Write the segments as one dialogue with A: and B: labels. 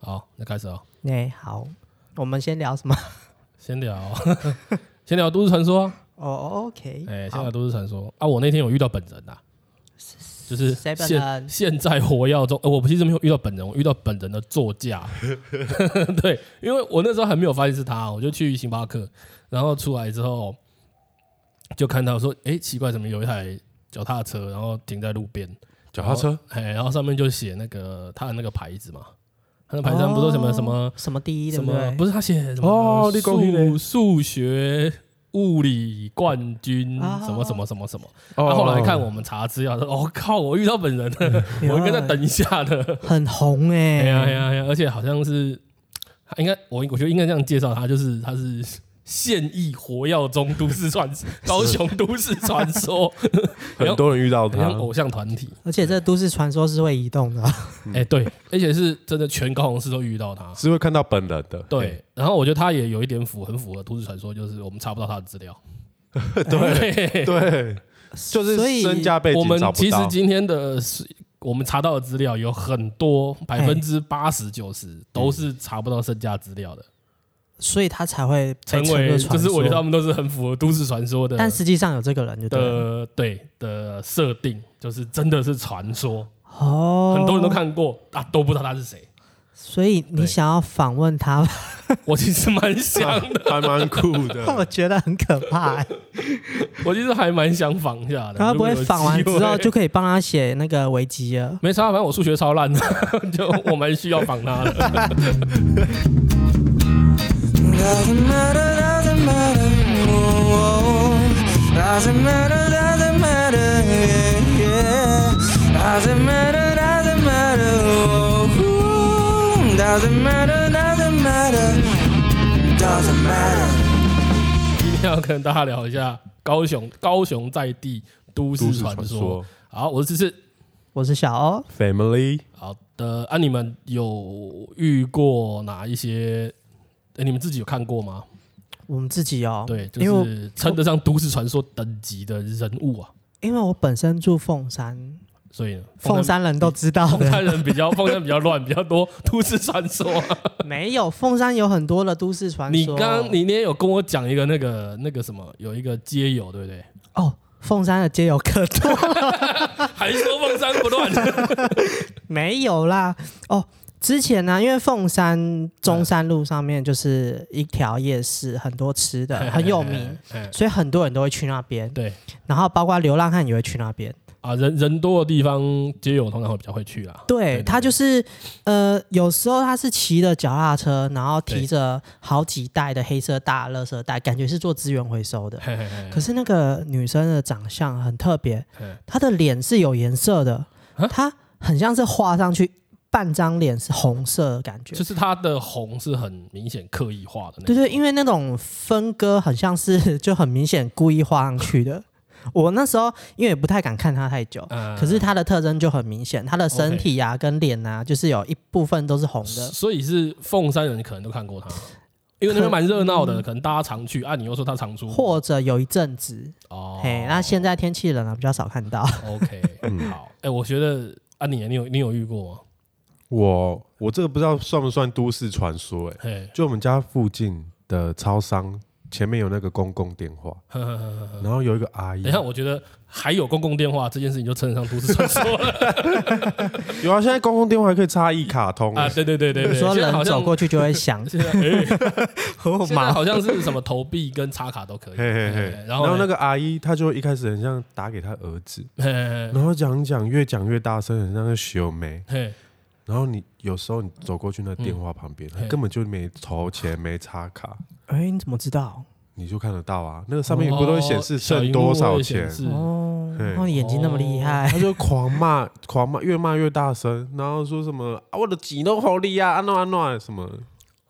A: 好，那开始哦，
B: 哎、好，我们先聊什么？
A: 先聊， 先聊都市传说啊、
B: 哦、o k
A: 哎、先
B: 好
A: 聊，都市传说啊。我那天有遇到本人呐、就是
B: 谁本
A: 现
B: 人
A: 现在活跃中、呃，我其实没有遇到本人，我遇到本人的座驾。 对，因为我那时候还没有发现是他，哦我就去星巴克，然后出来之后就看到说，哎、奇怪，怎么有一台脚踏车，然后停在路边，
C: 脚踏车，
A: 哎、然后上面就写那个他的那个牌子嘛，他的牌子上不是说什
B: 哦
A: 么、什么
B: 什么第一，对
A: 什
B: 不
A: 么
B: 对？
A: 不是他写什么
C: 哦你讲那
A: 数
C: 个
A: 数学物理冠军
B: 啊
A: 什么什么什么什么。
C: 哦
A: 他后来看我们查资料，说哦靠，我遇到本人了，
B: 嗯
A: 我应该再等一下的。
B: 很红哎、
A: 哎呀哎呀哎呀！而且好像是他应该我我觉得应该这样介绍他，就是他是。现役活跃中都市传高雄都市传 说，
C: 很多人遇到
A: 很
C: 他
B: 啊
A: 像，偶像团体。
B: 而且这都市传说是会移 动的，
A: 哎，对，而且是真的全高雄市都遇到他。
C: 是会看到本人的。
A: 对，然后我觉得他也有一点符很符合都市传说，就是我们查不到他的资料。对，
C: 对，就是
B: 所以
C: 身家背
A: 我
C: 景
A: 们
C: 找不
A: 其实
C: 到。
A: 今天的是我们查到的资料有很多，百分之八十九十
B: 嗯
A: 都是查不到身价资料的，
B: 所以他才会被
A: 成为
B: 为哎传
A: 就是我觉得他
B: 说。
A: 们都是很符合都市传说的，
B: 但实际上有这个人就对了
A: 的对的设定，就是真的是传说，
B: 哦，
A: 很多人都。看过啊，都不知道他是谁。
B: 所以
A: 对
B: 你想要访问他吗，
A: 我其实蛮想，
C: 还蛮酷
B: 我
C: 的，
B: 觉得很可怕、 欸。
A: 我其实还蛮想仿一下的。
B: 他会不会
A: 如果有
B: 访完
A: 机会
B: 之后就可以帮他写那个维基了？
A: 没差，反正我数学超烂的， 就我蛮需要仿他的。
D: Doesn't matter, doesn't matter. Oh, doesn't matter, doesn't matter. Yeah, yeah. Doesn't matter, doesn't matter. Oh, doesn't matter, doesn't matter. Doesn't matter.
A: 今天要跟大家聊一下高雄高雄在地都市
C: 都市
A: 传
C: 传
A: 说。
C: 说
A: 好，我是芝芝。
B: 我是小欧，
C: ，Family
A: 好的，啊，你们有遇过哪一些？诶你们自己有看过吗？
B: 我们自己哦，
A: 对，
B: 因
A: 就
B: 为
A: 是称得上都市传说等级的人物啊。
B: 因为我本身住凤山，
A: 所以呢，
B: 凤山人都知道
A: 凤
B: 的，
A: 山人比 较凤山比较乱，比较多都市传说啊、
B: 没有凤山有很多的都市传
A: 你
B: 说。
A: 刚刚你那天有跟我讲一个那个那个什么，有一个街友对不 对？
B: 哦，凤山的街友可 多
A: 还说凤山不乱。
B: 没有啦哦。之前呢、因为凤山中山路上面就是一条夜市，很多 吃的， 很有名，
A: 哎。哎
B: 所以很多人都会去那边。
A: 对
B: 然后包括流浪汉也会去那边。
A: 啊，人人多的地方，街友通常会比较会去啦。
B: 对他就是呃，有时候他是骑着脚踏车，然后提
A: 对
B: 着好几袋的黑色大垃圾袋，感觉是做资源回收的。
A: 嘿嘿嘿
B: 可是那个女生的长相很特别
A: 嗯，
B: 她的脸是有颜色的
A: 啊，
B: 她很像是画上去半张脸是红色的感觉
A: 就。是它的红是很明显刻意化的那种。
B: 对对，因为那种分割很像是 就很明显故意画上 去的。我那时候因为也不太敢看她太久，
A: 嗯
B: 可是她的特征就很明显，她的身体啊跟脸啊，就是有一部分都是红的。
A: 所以是凤山人可能都看 过它，因为那边蛮热闹的，可能大家常去。啊，你又说它常出没，
B: 嗯或者有一阵子，
A: 哦，
B: 嘿，那现在天气冷了，比较少看到。
A: OK，好，哎，我觉得啊，你你有你有遇过吗？
C: 我我这个不知道算不算都市传说、哎，
A: 嘿，
C: 就我们家附近的超商前面有那个公共电 话，
A: 呵呵呵呵呵
C: 然后有一个阿姨，
A: 等一下，我觉得还有公共电话这件事情就称得上都市传说了
C: 有啊，现在公共电话还可以插一卡通、欸
A: 啊！对对对对
B: 有
A: 对，
B: 时候
A: 现在好
B: 人
A: 像
B: 走过去就会 响，
A: 现在哎
B: 我
A: 现在好像是什么投币跟插卡都可以。
C: 嘿嘿嘿
A: 哎，然
C: 然
A: 后
C: 后
A: 呢
C: 那个阿姨，她就一开始很像打给她儿子，
A: 嘿嘿嘿
C: 然后讲一讲越讲越大声，很像在修眉。
A: 嘿，
C: 然后你有时候你走过去那电话旁边，她
A: 嗯嘿
C: 根本就没投钱，没插卡，
B: 哎，你怎么知道？
C: 你就看得到啊。那个上面不都会显示剩多少
A: 哦哦小荧幕
C: 钱
A: 会显？示
B: 哦，
C: 嘿
B: 然后你眼睛那么厉害，
C: 她就狂骂，狂骂，越骂越大声，然后说什么啊，我的几弄好利啊，安诺安诺什么。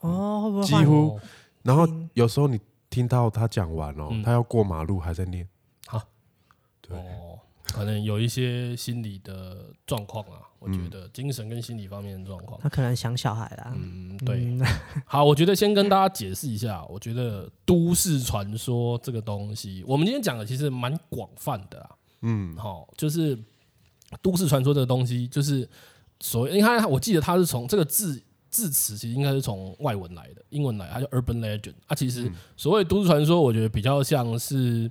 B: 哦，会不会
C: 几
B: 换？
C: 乎
A: 哦
C: 然后有时候你听到她讲完哦
A: 嗯，
C: 她要过马路还在念，对
A: 哦，可能有一些心理的状况啊，我觉
C: 嗯
A: 得精神跟心理方面的状况。
B: 他可能想小孩啦。
A: 嗯，对。
B: 嗯，
A: 好，我觉得先跟大家解释一下，我觉得都市传说这个东西，我们今天讲的其实蛮广泛的啦。
C: 嗯，
A: 好，就是都市传说这个东西，就是所谓，因为它我记得它是从这个字字词其实应该是从外文来的，英文来，它叫 urban legend。啊，其实所谓都市传说，我觉得比较像是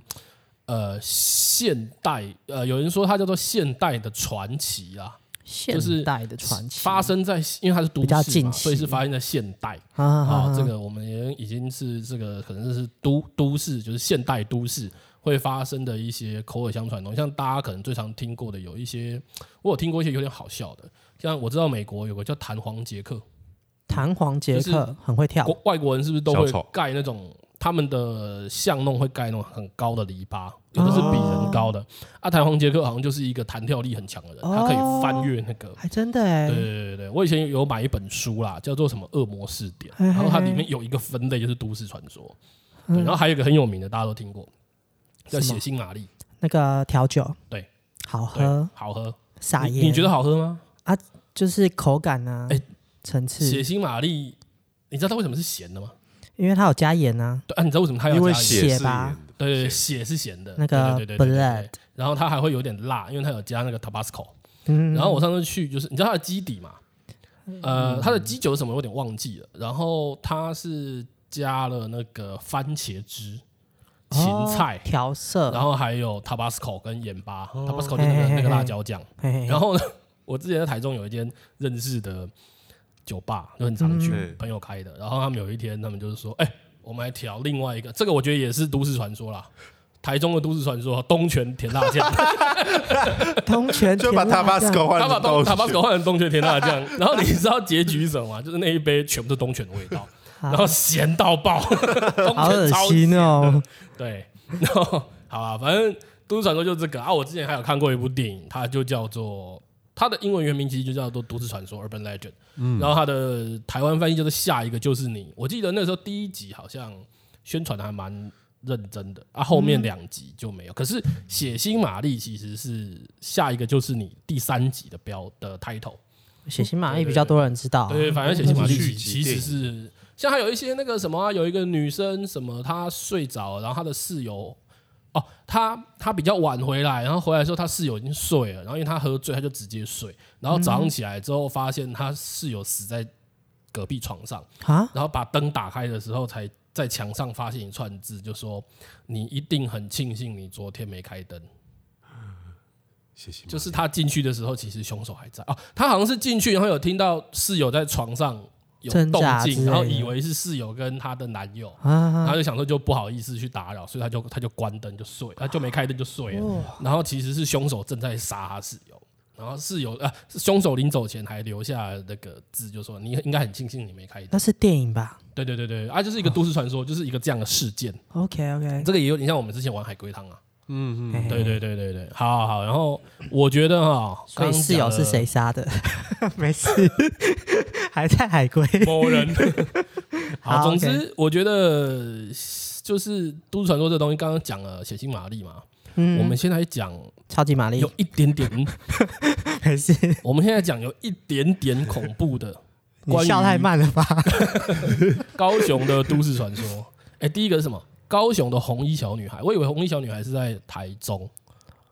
A: 呃现代，呃，有人说它叫做现代的传奇啊，
B: 现代的传奇
A: 发生在因为它是都
B: 比较
A: 市嘛，
B: 近期
A: 所以是发生在现代。
B: 啊啊
A: 啊
B: 啊，
A: 这个我们也已经是这个可能是都都市，就是现代都市会发生的一些口耳相传的东西。像大家可能最常听过的，有一些我有听过一些有点好笑的，像我知道美国有个叫弹簧杰克，
B: 弹簧杰
A: 就是
B: 克很会跳
A: 国外国人是不是都
C: 小
A: 会
C: 丑
A: 盖那种他们的巷弄会盖那种很高的篱笆，有的是比人高的。啊，弹簧杰克好像就是一个弹跳力很强的人，他可以翻越那个
B: 还真的哎、
A: 对对对对，我以前有买一本书啦，叫做什么《恶魔试点》，
B: 嘿嘿
A: 然
B: 嘿
A: 后它里面有一个分类就是都市传说，对，然后还有一个很有名的，大家都听过，叫
B: 什
A: 血
B: 么
A: 腥玛丽，
B: 那个调酒，
A: 对，
B: 好
A: 对
B: 喝，，
A: 好喝，
B: 撒
A: 你
B: 盐，
A: 你觉得好喝吗？
B: 就是口感呢、啊？
A: 哎
B: 层
A: 血
B: 次，
A: 腥玛丽，你知道它为什么是咸的吗？
B: 因为它有加盐啊，
A: 对啊，你知道为什么它要
C: 因为
A: 加盐
B: 血
C: 血是
B: 吧
C: 盐的
A: 对对对，
C: 血
A: 血是咸的，
B: 那个
A: 对对对对对
B: blood
A: 对，然后它还会有点辣，因为它有加那个 Tabasco。
B: 嗯，
A: 然后我上次去就是，你知道它的基底嘛？呃，它的基酒是什么？我有点忘记了。然后它是加了那个番茄汁、芹菜
B: 哦，调色，
A: 然后还有 Tabasco 跟盐巴，Tabasco 就是那
B: 哦嘿嘿
A: 个
B: 嘿
A: 那个辣椒酱。
B: 嘿嘿嘿
A: 然后呢，我之前在台中有一间认识的酒吧，就很常去
C: 嗯，
A: 朋友开的。然后他们有一天，他们就是说，哎，我们来调另外一个，这个我觉得也是都市传说啦。台中的都市传说，东泉甜辣酱，
B: 通 泉
C: 就把
B: 甜辣酱
C: Tabasco 换
A: 他把东
C: 成豆
A: 他
C: 豉
A: 把狗换成东泉甜辣酱，然后你知道结局是什么吗？就是那一杯全部是东泉的味 道，然后咸到爆， 东
B: 好
A: 泉
B: 恶
A: 超
B: 心哦，
A: 对，然后好啊，反正都市传说就是这个啊。我之前还有看过一部电影，它就叫做它的英文原名其实就叫做《都市传说》（Urban Legend），嗯，然后它的台湾翻译就是“下一个就是你”。我记得那时候第一集好像宣传的还蛮认真的啊，后面两集就没有。可是《血腥玛丽》其实是“下一个就是你”第三集的标的 title。
B: 血腥玛丽比较多人知道啊、
A: 对，反正血腥玛丽
C: 续
A: 其
C: 集
A: 实是像还有一些那个什么啊，有一个女生什么她睡着，然后她的室友哦，她她比较晚回来，然后回来的时候她室友已经睡了，然后因为她喝醉，她就直接睡，然后早上起来之后发现她室友死在隔壁床上，
B: 啊，
A: 然后把灯打开的时候才。在墙上发现一串字，就说你一定很庆幸你昨天没开灯。
C: 血腥
A: 就是他进去的时候，其实凶手还在哦。他好像是进去，然后有听到室友在床上有
B: 挣
A: 动
B: 扎之
A: 静，
B: 类的
A: 然后以为是室友跟她的男友，
B: 啊
A: 他就想说就不好意思去打扰，所以他就他就关灯就睡，他就没开灯就睡
B: 哦
A: 了。然后其实是凶手正在杀他室友，然后室友啊，是凶手临走前还留下那个字，就说你应该很庆幸你没开
B: 那
A: 灯。
B: 是电影吧
A: 对对对对，啊，就是一个都市传说，就是一个这样的事件。
B: ？OK OK，
A: 这个也有点像我们之前玩海龟汤啊。
C: 嗯嗯，
A: 对对对对对，好好好。然后我觉得哈，
B: 所以
A: 刚刚
B: 室友
A: 讲
B: 是
A: 的
B: 谁 杀的？没事，还在海龟。
A: 某 人。好，
B: 好
A: 总
B: OK
A: 之我觉得就是都市传说这东西，刚刚讲了血腥玛丽嘛，
B: 嗯哎
A: 我们先来讲
B: 超级玛丽
A: 有一点 点，
B: 没事，
A: 我们现在讲有一点点恐怖的
B: 你笑太慢了吧？
A: 高雄的都市传说。 哎，第一个是什么？高雄的红衣小女孩，我以为红衣小女孩是在台中，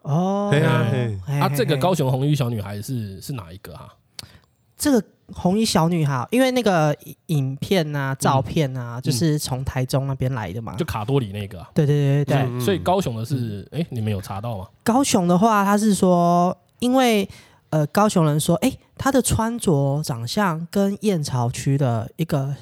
B: 哦，
C: 对啊嘿
B: 嘿
A: 啊，
B: 嘿
A: 这个
B: 嘿
A: 高雄红衣小女孩是是哪一个啊？
B: 这个红衣小女孩，因为那个影片啊、照片啊，就是从台中那边来的嘛。
A: 嗯就卡多里那个啊。
B: 对对对嗯对对，
A: 所以高雄的是，哎，你们有查到吗？
B: 高雄的话，他是说，因为呃，高雄人说，哎、她的穿着、长相跟燕巢区的一个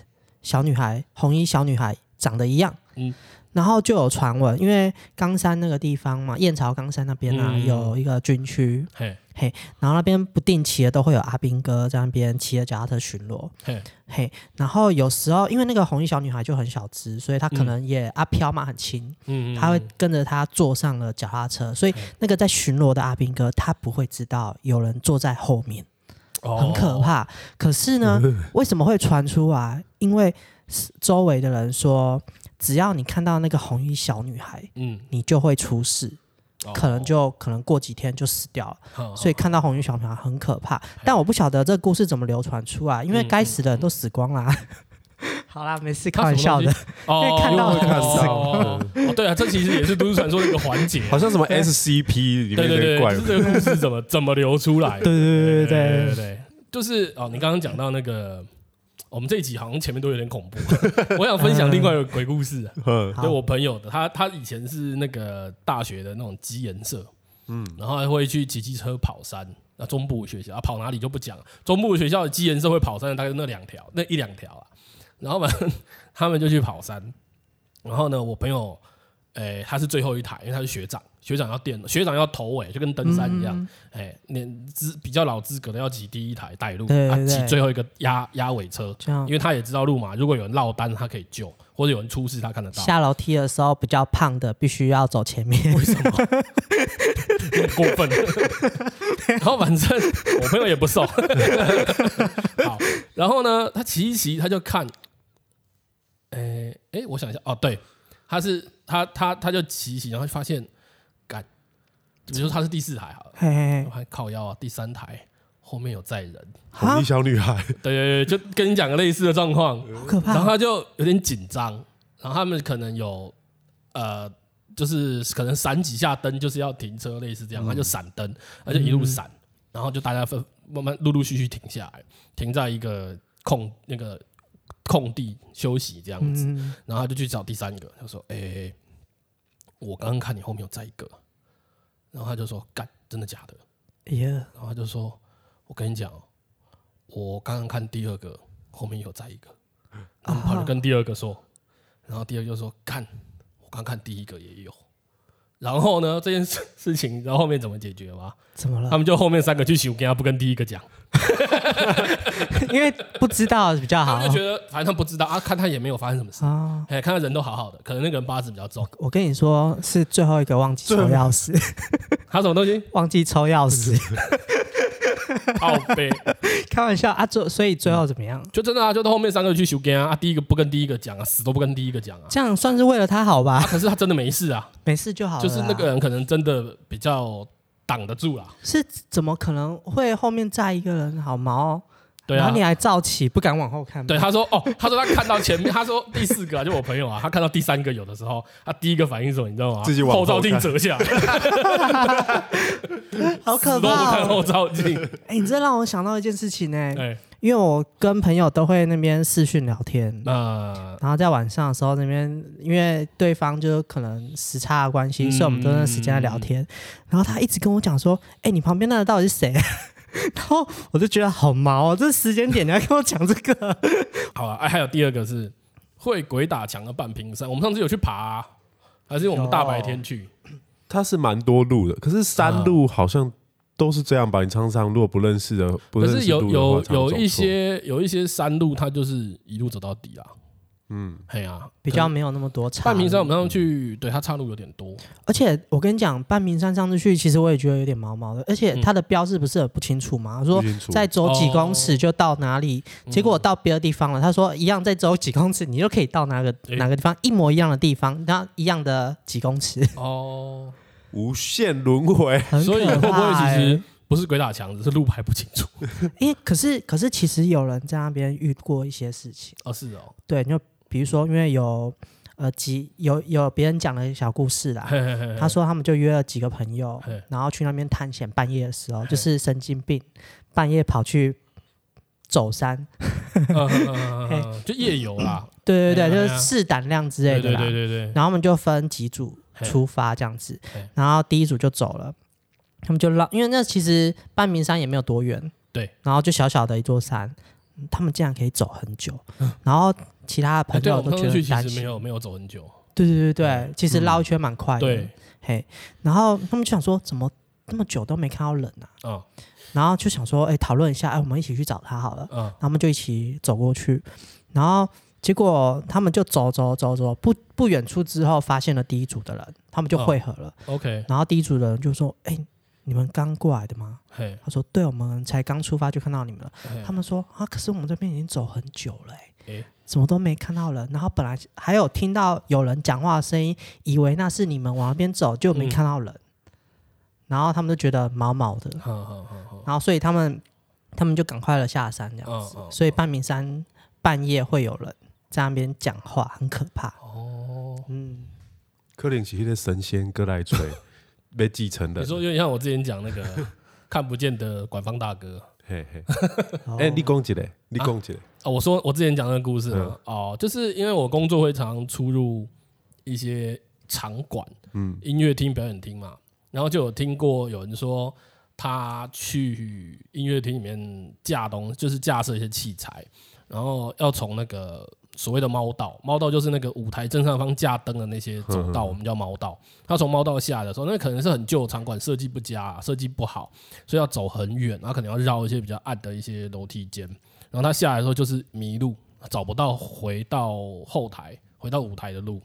B: 小女孩，红衣小女孩长得一样，
A: 嗯
B: 嗯，然后就有传闻，因为冈山那个地方嘛，燕巢冈山那边啊、
A: 嗯
B: 有一个军区，
A: 嘿，
B: 然后那边不定期的都会有阿兵哥在那边骑着脚踏车巡逻，
A: 嘿，
B: 嘿，然后有时候因为那个红衣小女孩就很小只，所以她
A: 嗯
B: 可能也、阿飘嘛很轻，
A: 嗯，嗯
B: 她会
A: 嗯
B: 跟着她坐上了脚踏车，所以
A: 嘿
B: 那个在巡逻的阿兵哥他不会知道有人坐在后面，
A: 哦
B: 很可怕。可是呢，呃为什么会传出来？因为周围的人说，只要你看到那个红衣小女孩，
A: 嗯，
B: 你就会出事，
A: 哦
B: 可能就可能过几天就死掉了。
A: 好
B: 所以看到红衣小女孩很可怕。但我不晓得这个故事怎么流传出啊来，因为该死的人都死光啦。 好啦，没事，开玩笑的。
A: 哦，
B: 因为看到
A: 哦
B: 很
C: 死
A: 哦哦对啊，这其实也是都市传说的一个环节。
C: 好像什么 SCP 里
A: 对对
C: 面的
A: 哎对，
C: 怪
A: 就
C: 物
A: 是，这个故事怎么怎么流出来？
B: 对对
A: 对
B: 对对对
A: 对对，就是哦，你刚刚讲到那个我们这一集好像前面都有点恐怖， 我想分享
B: 嗯
A: 另外一个鬼故事、啊，
C: 嗯
A: 对我朋友的，他他以前是那个大学的那种机研社，嗯，然后还会去骑机车跑山。啊，中部的学校啊，跑哪里就不讲了。中部的学校的机研社会跑山的大概就那两条，那一两条啊。然后嘛， 他们就去跑山。然后呢，我朋友，诶、他是最后一台，因为他是学长，学长要垫，学长要头尾，就跟登山一样。
B: 嗯
A: 哎、年资比较老资格的要骑第一台带路，
B: 对
A: 啊，
B: 对
A: 骑
B: 对嗯
A: 最后一个压压尾车，
B: 这样
A: 因为他也知道路嘛，如果有人落单，他可以救，或者有人出事，他看得到。
B: 下楼梯的时候比较胖的必须要走前面，
A: 为什么？ 有点过分。 然后反正我朋友也不 瘦。好，然后呢，他骑一骑，他就看，诶诶，我想一下，哦，对，他是他他他就骑一骑，然后发现，干，比如说他是第四台好了，
B: 嘿嘿
A: 我还靠腰啊，第三台后面有载人，
C: 红衣小女孩，
A: 对对对，就跟你讲个类似的状况，
B: 好可
A: 然后
B: 怕！
A: 他就有点紧张，然后他们可能有呃，就是可能闪几下灯，就是要停车，类似
B: 嗯
A: 这样，他就闪灯，他就一路闪，然后就大家分慢慢陆陆续续停下来，停在一个空那个空地休息这样子，
B: 嗯，
A: 然后他就去找第三个，他说：“哎、我刚刚看你后面有载一个。”然后他就说：“干，真的假的？”
B: 哎呀，
A: 然后他就说：“我跟你讲哦，我刚刚看第二个后面有载一个，他们跑去跟第二个说，然后第二个就说：‘看，我刚看第一个也有。’然后呢，这件事 事情，你知道后面怎么解决吗？
B: 怎么
A: 他
B: 了？
A: 们就后面三个去修，跟他不跟第一个讲，
B: 因为不知道比较
A: 他
B: 好
A: 们就觉得反正他不知道啊，看他也没有发生什么事，
B: 啊。
A: 哎，看他人都好好的，可能那个人八字比较重，
B: 我跟你说，是最后一个忘记抽钥匙，
A: 他什么东西
B: 忘记抽钥匙，
A: 靠背，
B: 开玩笑啊！最所以最后怎么样？
A: 就真的啊，就到后面三个去修跟啊，啊，第一个不跟第一个讲啊，死都不跟第一个讲啊，
B: 这样算是为了他好
A: 啊，
B: 吧？
A: 可是他真的没事啊。”
B: 没事就好了
A: 就
B: 啦。
A: 是那个人可能真的比较挡得住啦。
B: 是怎么可能会后面载一个人好毛？
A: 对
B: 然
A: 啊
B: 后你，还照起，不敢往后看。
A: 对，他说哦，他说他看到前面，他说第四个、啊、就 我朋友啊，他看到第三个有的时候，他第一个反应是什么，你知道吗？
C: 自己往后
A: 后照镜
C: 看
A: 折 下来，
B: 好
A: 死
B: 可
A: 都不
B: 怕、
A: 看
B: 哦！
A: 后照 镜。
B: 哎、你这让我想到一件事情呢、
A: 哎，
B: 因为我跟朋友都会那边视讯聊天，
A: 那
B: 然后在晚上的时候那边，因为对方就可能时差的关系，所以我们都那时间在聊
A: 嗯
B: 天。然后他一直跟我讲说：“哎、你旁边那个到底是谁？” 然后我就觉得好毛、哦，这时间点你还跟我讲这个，
A: 好了，哎，还有第二个是会鬼打墙的半屏山，我们上次有去爬啊、还是我们大白天
C: 哦
A: 去？
C: 它是蛮多路的，可是山路好像都是这样吧？你常常如果不认识的，不
A: 可
C: 认
A: 是
C: 识
A: 有
C: 路的话
A: 有
C: 常常走
A: 有
C: 错
A: 一些有一些山路，它就是一路走到底啦。嗯，哎呀，
B: 比较没有那么多差。
A: 半屏山，我们上次去，对它岔路有点多。
B: 而且我跟你讲，半屏山上次去，其实我也觉得有点毛毛的，而
A: 嗯
B: 且它的标示不是很不清楚嘛，说
C: 不清楚
B: 再走几公尺就到哪里，
A: 哦嗯
B: 结果我到别的地方了，他说一样再走几公尺，你就可以到哪个、
A: 诶
B: 哪个地方，一模一样的地方，那一样的几公尺，
A: 哦，
C: 无限轮回，
B: 很
A: 所以会
B: 可
A: 不会
B: 怕、
A: 其
B: 欸。
A: 实不是鬼打墙，只是路牌不清楚？
B: 因为可是可是其实有人在那边遇过一些事情，
A: 哦，是哦，
B: 对，就比如说因为有呃几有有别人讲的小故事啦，
A: 嘿嘿嘿嘿
B: 他说他们就约了几个朋友
A: 嘿，
B: 然后去那边探险。半夜的时候，就是神经病，半夜跑去走山，
A: 嗯嗯嗯嗯嗯嗯就夜游啦，
B: 对对
A: 哎呀
B: 对，就
A: 哎呀
B: 是试胆量之类
A: 对对
B: 的啦。
A: 对对对，
B: 然后我们就分几组
A: 嘿
B: 出发这样子
A: 嘿，
B: 然后第一组就走了，他们就绕，因为那其实半明山也没有多远，
A: 对，
B: 然后就小小的一座山，他们竟然可以走很久，然后其他的
A: 哎
B: 朋
A: 嗯对，
B: 友
A: 我们
B: 都
A: 上
B: 觉
A: 次
B: 得
A: 去
B: 很
A: 其
B: 担
A: 实没
B: 心，
A: 有没有走很久，
B: 对对对对，其实绕一圈蛮快的，
A: 对，
B: 嘿，然后他们就想说怎么那么久都没看到人啊，
A: 嗯
B: 然后就想说，哎，讨论一下，哎，我们一起去找他好了。
A: 嗯，
B: 然后我们就一起走过去，然后结果他们就走走走走，不不远处之后发现了第一组的人，他们就
A: 哦
B: 汇合了。
A: ，OK，
B: 然后第一组的人就说：“哎，你们刚过来的吗
A: 嘿？”，
B: 他说：“对，我们才刚出发就看到你们了。”
A: 嘿
B: 他们说：“啊，可是我们这边已经走很久了、欸，
A: 诶
B: 怎么都没看到人。”然后本来还有听到有人讲话的声音，以为那是你们往那边走，就没
A: 嗯
B: 看到人。然后他们就觉得毛毛的，
A: 好好好好，
B: 然后所以他们他们就赶快了下山这样
A: 嗯
B: 子，
A: 嗯，
B: 所以半明山半夜会有人在那边讲话，很可怕。
A: 哦，
B: 嗯，
C: 柯林奇的神仙哥来吹被继承
A: 你
C: 人，
A: 说有点像我之前讲那个看不见的管方大哥，
C: 嘿嘿，
B: 哦啊
C: 哎，你讲一个，你讲一个，
A: 哦，我说我之前讲那个故事嘛，哦，就是因为我工作会常出入一些场馆，
C: 嗯，
A: 音乐厅、表演厅嘛，然后就有听过有人说他去音乐厅里面架东，就是架设一些器材，然后要从那个所谓的猫道，猫道就是那个舞台正上方架灯的那些走道，我们叫猫道。他从猫道下的时候，那可能是很旧的场馆设计不佳、啊设计不好，所以要走很远，然后可能要绕一些比较暗的一些楼梯间。然后他下来的时候就是迷路，找不到回到后台、回到舞台的路，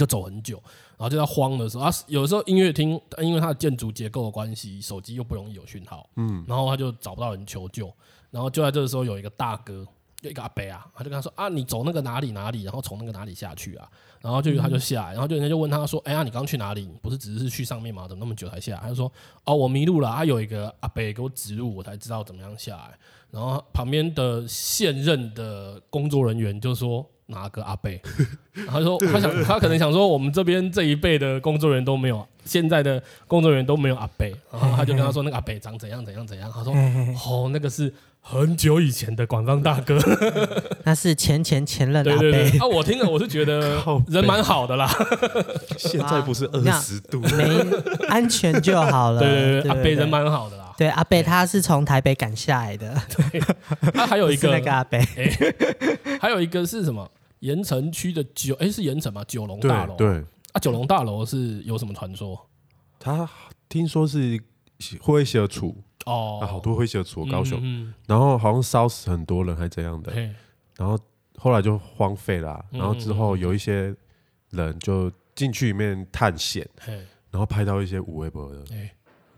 A: 就走很久。然后就在慌的时候，啊，有时候音乐厅因为它的建筑结构的关系，手机又不容易有讯号，嗯，然后他就找不到人求救，然后就在这个时候有一个大哥，就一个阿伯啊，他就跟他说啊，你走那个哪里哪里，然后从那个哪里下去啊，然后就他就下来，然后就人家就问他说，哎呀，你刚去哪里？你不是只是去上面吗？怎么那么久才下来？他就说哦，我迷路了，啊，有一个阿伯给我指路，我才知道怎么样下来。然后旁边的现任的工作人员就说哪个阿伯？然后他说他想他可能想说我们这边这一辈的工作人员都没有，现在的工作人员都没有阿伯。然后他就跟他说那个阿伯长怎样怎样怎样。他说哦，那个是很久以前的官方大哥。
B: 那是前前前任
A: 对
B: 阿
A: 对对，
B: 贝，
A: 啊，我听了我是觉得
C: 靠北
A: 人蛮好的啦。
C: 现在不是
B: 哇
C: 二
B: 那
C: 十度，
B: 没安全就好了。
A: 对对对，
B: 对，
A: 阿伯人蛮好的啦。
B: 对阿贝他是从台北赶下来的，
A: 他啊还有一
B: 是那
A: 个
B: 个啊 阿贝，
A: 还有一个是什么？盐城区的九，哎，是盐城吗？九龙大楼。
C: 对对，
A: 啊，九龙大楼是有什么传说？
C: 他听说是会写楚，
A: 哦，
C: 啊，好多会写楚，高雄，
A: 嗯，
C: 然后好像烧死很多人还这样的
A: 嗯，嘿
C: 然后后来就荒废啦、
A: 嗯
C: 然后之后有一些人就进去里面探险，
A: 嘿，
C: 然后拍到一些无微博的，
A: 哎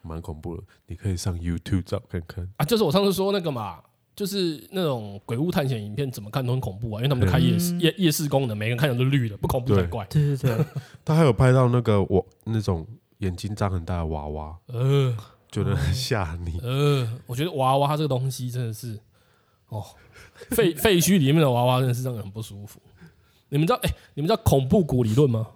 C: 蛮恐怖的。你可以上 YouTube 找看看。
A: 啊，就是我上次说那个嘛，就是那种鬼屋探险影片，怎么看都很恐怖啊，因为他们都开夜市夜夜市功能，每个人看起来都绿的，不恐怖才
C: 对
A: 怪。
B: 对对对，
C: 他还有拍到那个我那种眼睛张很大的娃娃，
A: 呃
C: 就能吓你。
A: 呃，我觉得娃娃这个东西真的是，哦，废 废墟里面的娃娃真的是让人很不舒服。你们知道哎、你们知道恐怖谷理论吗？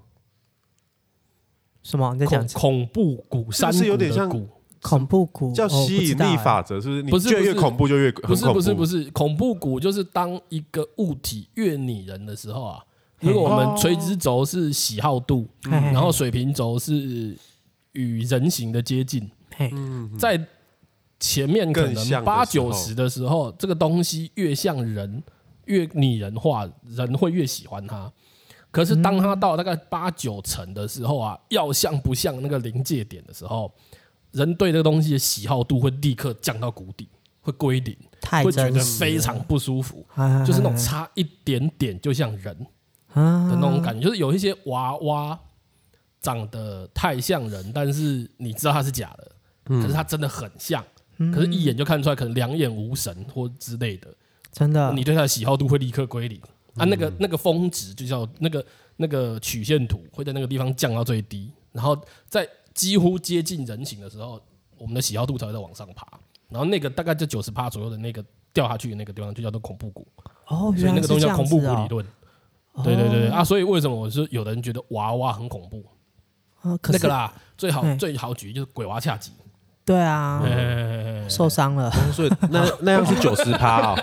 B: 什么？你在讲
A: 恐恐怖谷
C: 是
A: 山
C: 不是有
A: 谷
C: 点
A: 的
C: 像
A: 谷，
B: 恐怖谷
C: 叫吸引力，
B: 哦
C: 法则是不是？你
A: 不是
C: 越
A: 不是
C: 越恐怖就越
A: 不
C: 很
A: 是
C: 恐怖。
A: 不是不是，恐怖谷就是当一个物体越拟人的时候啊，如果我们垂直轴是喜好度，
B: 不知道哎嘿嘿
A: 然后水平轴是与人形的接近，
B: 欸嘿
A: 嗯在前面可
C: 嗯更
A: 能
C: 像的
A: 八
C: 时候
A: 九十的时候，这个东西越像人，越拟人化，人会越喜欢它。可是当它到大概八九成的时候啊，要像不像那个临界点的时候，人对这个东西的喜好度会立刻降到谷底，会归零，
B: 太
A: 会觉
B: 真
A: 得
B: 实了，
A: 非常不舒服，
B: 啊
A: 就是那种差一点点就像人。
B: 啊
A: 的那种感觉，就是有一些娃娃长得太像人，但是你知道它是假的，可是它真的很像，
B: 嗯
A: 可是一眼就看出来，可能两眼无神或之类的，
B: 真的，
A: 你对它的喜好度会立刻归零啊。那
B: 嗯
A: 个那个峰值就叫那个那个曲线图会在那个地方降到最低，然后在几乎接近人形的时候，我们的喜好度才会再往上爬，然后那个大概就九十趴左右的那个掉下去的那个地方就叫做恐怖谷，
B: 哦，
A: 所以那
B: 原来
A: 个
B: 是
A: 东西
B: 这
A: 叫
B: 样
A: 恐怖
B: 子
A: 谷
B: 哦
A: 理论。对对对对啊！所以为什么我是有的人觉得娃娃很恐怖？
B: 啊，可
A: 那
B: 是
A: 个啦，最好
B: 嘿
A: 最好举例就是鬼娃恰吉，
B: 对啊，
A: 哎
B: 受伤了，
C: 所以 那那样是九十趴哦。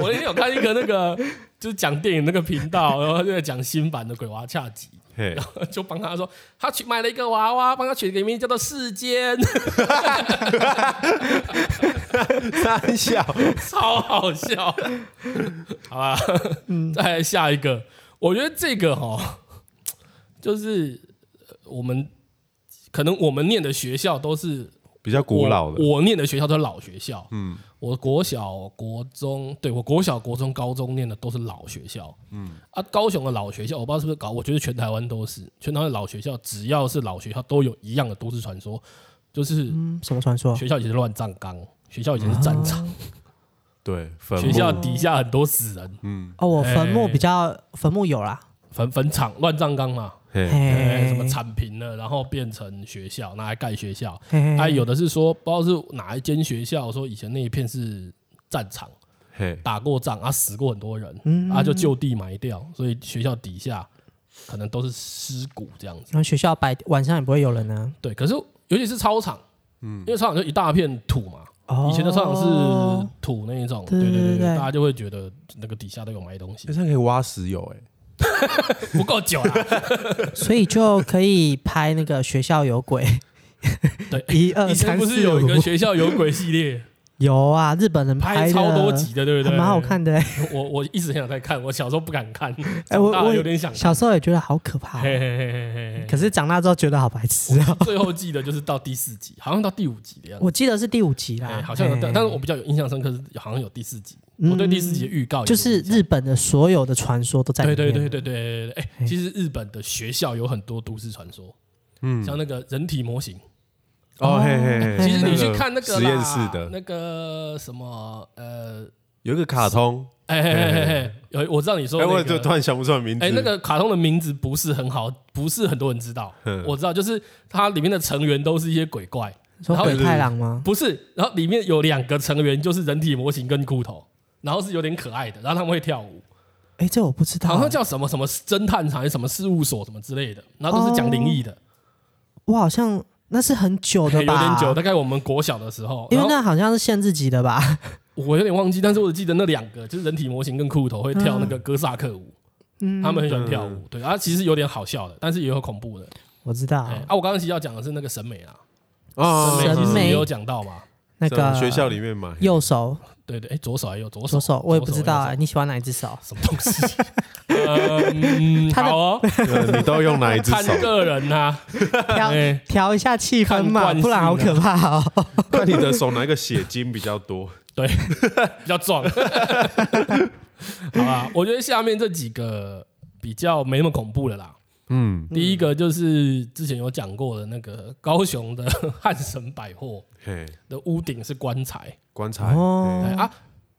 A: 我那天有看一个那个就是讲电影那个频道，然后就在讲新版的鬼娃恰吉，
C: 嘿，
A: 就帮他说他取买了一个娃娃，帮他取了一个名字叫做世间，
C: 三小
A: 超好笑。 好啦，
C: 嗯
A: 再来下一个，我觉得这个哈，就是呃我们可能我们念的学校都是
C: 比较古老的，
A: 我。我念的学校都是老学校，嗯，我国小、国中，对我国小、国中、高中念的都是老学校，嗯啊，高雄的老学校，我不知道是不是搞，我觉得全台湾都是，全台湾的老学校，只要是老学校，都有一样的都市传说，就是
B: 嗯，什么传说？
A: 学校以前是乱葬岗，学校以前是战场，
C: 对，坟
A: 学
C: 墓
A: 校底下很多死人，
B: 哦，我坟墓比较坟墓有啦，
A: 坟坟场、乱葬岗嘛，
C: 嘿，
A: 哎，
B: 嘿，
A: 什么铲平了，然后变成学校，拿来盖学校，
B: 嘿？
A: 哎，
B: 嘿，
A: 有的是说不知道是哪一间学校，说以前那一片是战场。
C: 嘿，
A: 打过仗啊，死过很多
B: 嗯
A: 人，啊就就地埋掉，所以学校底下可能都是尸骨这样子。
B: 然后学校白晚上也不会有人呢。啊
A: 对，可是尤其是操场，
C: 嗯
A: 因为操场就一大片土嘛，
B: 哦
A: 以前的操场是土那一种，
B: 对
A: 对
B: 对对对
A: 大家就会觉得那个底下都有埋东西
C: 现，在可以挖石油哎、
A: 不够久啦，
B: 所以就可以拍那个学校有鬼。
A: 对
B: 一二
A: 以前
B: 三
A: 不是
B: 四
A: 有一个
B: 五，
A: 学校有鬼系列，
B: 有啊，日本人
A: 拍
B: 的
A: 超多集，的，对不
B: 还
A: 对？
B: 蛮好。看的 欸。
A: 我我一直很想再看，我小时候不敢看，
B: 哎，我
A: 大了
B: 我
A: 有点想看。
B: 小时候也觉得好可怕哦，
A: 嘿嘿嘿嘿嘿嘿
B: 可是长大之后觉得好白痴哦。
A: 最后记得就是到第四集，好像到第五集的样子。
B: 我记得是第五集啦
A: 哎，，好像有，
B: 哎
A: 但但是我比较有印象深刻是好像有第四集，
B: 嗯
A: 我对第四集的预告有
B: 就是
A: 印象
B: 日本的所有的传说都在里
A: 对
B: 面。
A: 对对对对对对对。哎，
B: 嘿
A: 其实日本的学校有很多都市传说，
C: 嗯，
A: 像那个人体模型，
C: 哦嘿嘿嘿，
A: 其实
C: 那
A: 你去
C: 个
A: 看那个啦
C: 实验室的，
A: 那个什么呃，
C: 有一个卡通，
A: 哎嘿嘿嘿嘿，有我知道你说
C: 哎，我
A: 那
C: 就突
A: 个。
C: 然想不出来名字。
A: 哎，那个卡通的名字不是很好，不是很多人知道。
C: 嗯
A: 我知道，就是它里面的成员都是一些鬼怪，
B: 说
A: 然后
B: 鬼太郎吗？
A: 不是，然后里面有两个成员就是人体模型跟骷头，然后是有点可爱的，然后他们会跳舞，
B: 哎，这我不知道
A: 好像
B: 啊。
A: 叫什么什么侦探场还是什么事务所什么之类的，然后都是讲灵异的，
B: 我好像那是很久
A: 嘿
B: 的
A: 有
B: 吧？
A: 点久，大概我们国小的时候，
B: 因为
A: 然
B: 那好像是限制级的吧？
A: 后我有点忘记，但是我只记得那两个就是人体模型跟骷头会跳那个哥萨克舞，
B: 嗯，
A: 他们很喜欢跳舞，对，啊，其实有点好笑的，但是也有恐怖的，
B: 我知道
A: 哎、啊，我刚刚其实要讲的是那个审美啊，
C: 哦
A: 审美其
B: 审
A: 实
B: 美
A: 也有讲到嘛，
B: 那个
C: 学校里面嘛，
B: 右手
A: 对对，哎，左手还有左手，
B: 左手，我也不知
A: 左
B: 道
A: 手
B: 哎，
A: 右手
B: 你喜欢哪一只手？
A: 什么东西，嗯，
B: 哎他的
A: 好 哦。
C: 呃 你都用哪一只
A: 看
C: 手？
A: 个人呐、
B: 挑
A: 哎
B: 调一下气氛
A: 看
B: 嘛
A: 惯，性
B: 不然好可怕哦。
C: 看你的手哪一个血晶比较多？
A: 比较壮。 好吧，我觉得下面这几个比较没那么恐怖了啦。
C: 嗯，
A: 第一个就是之前有讲过的那个高雄的汉神百货
C: 嘿，
A: 的屋顶是棺材，
C: 棺材
B: 哦
A: 哎啊，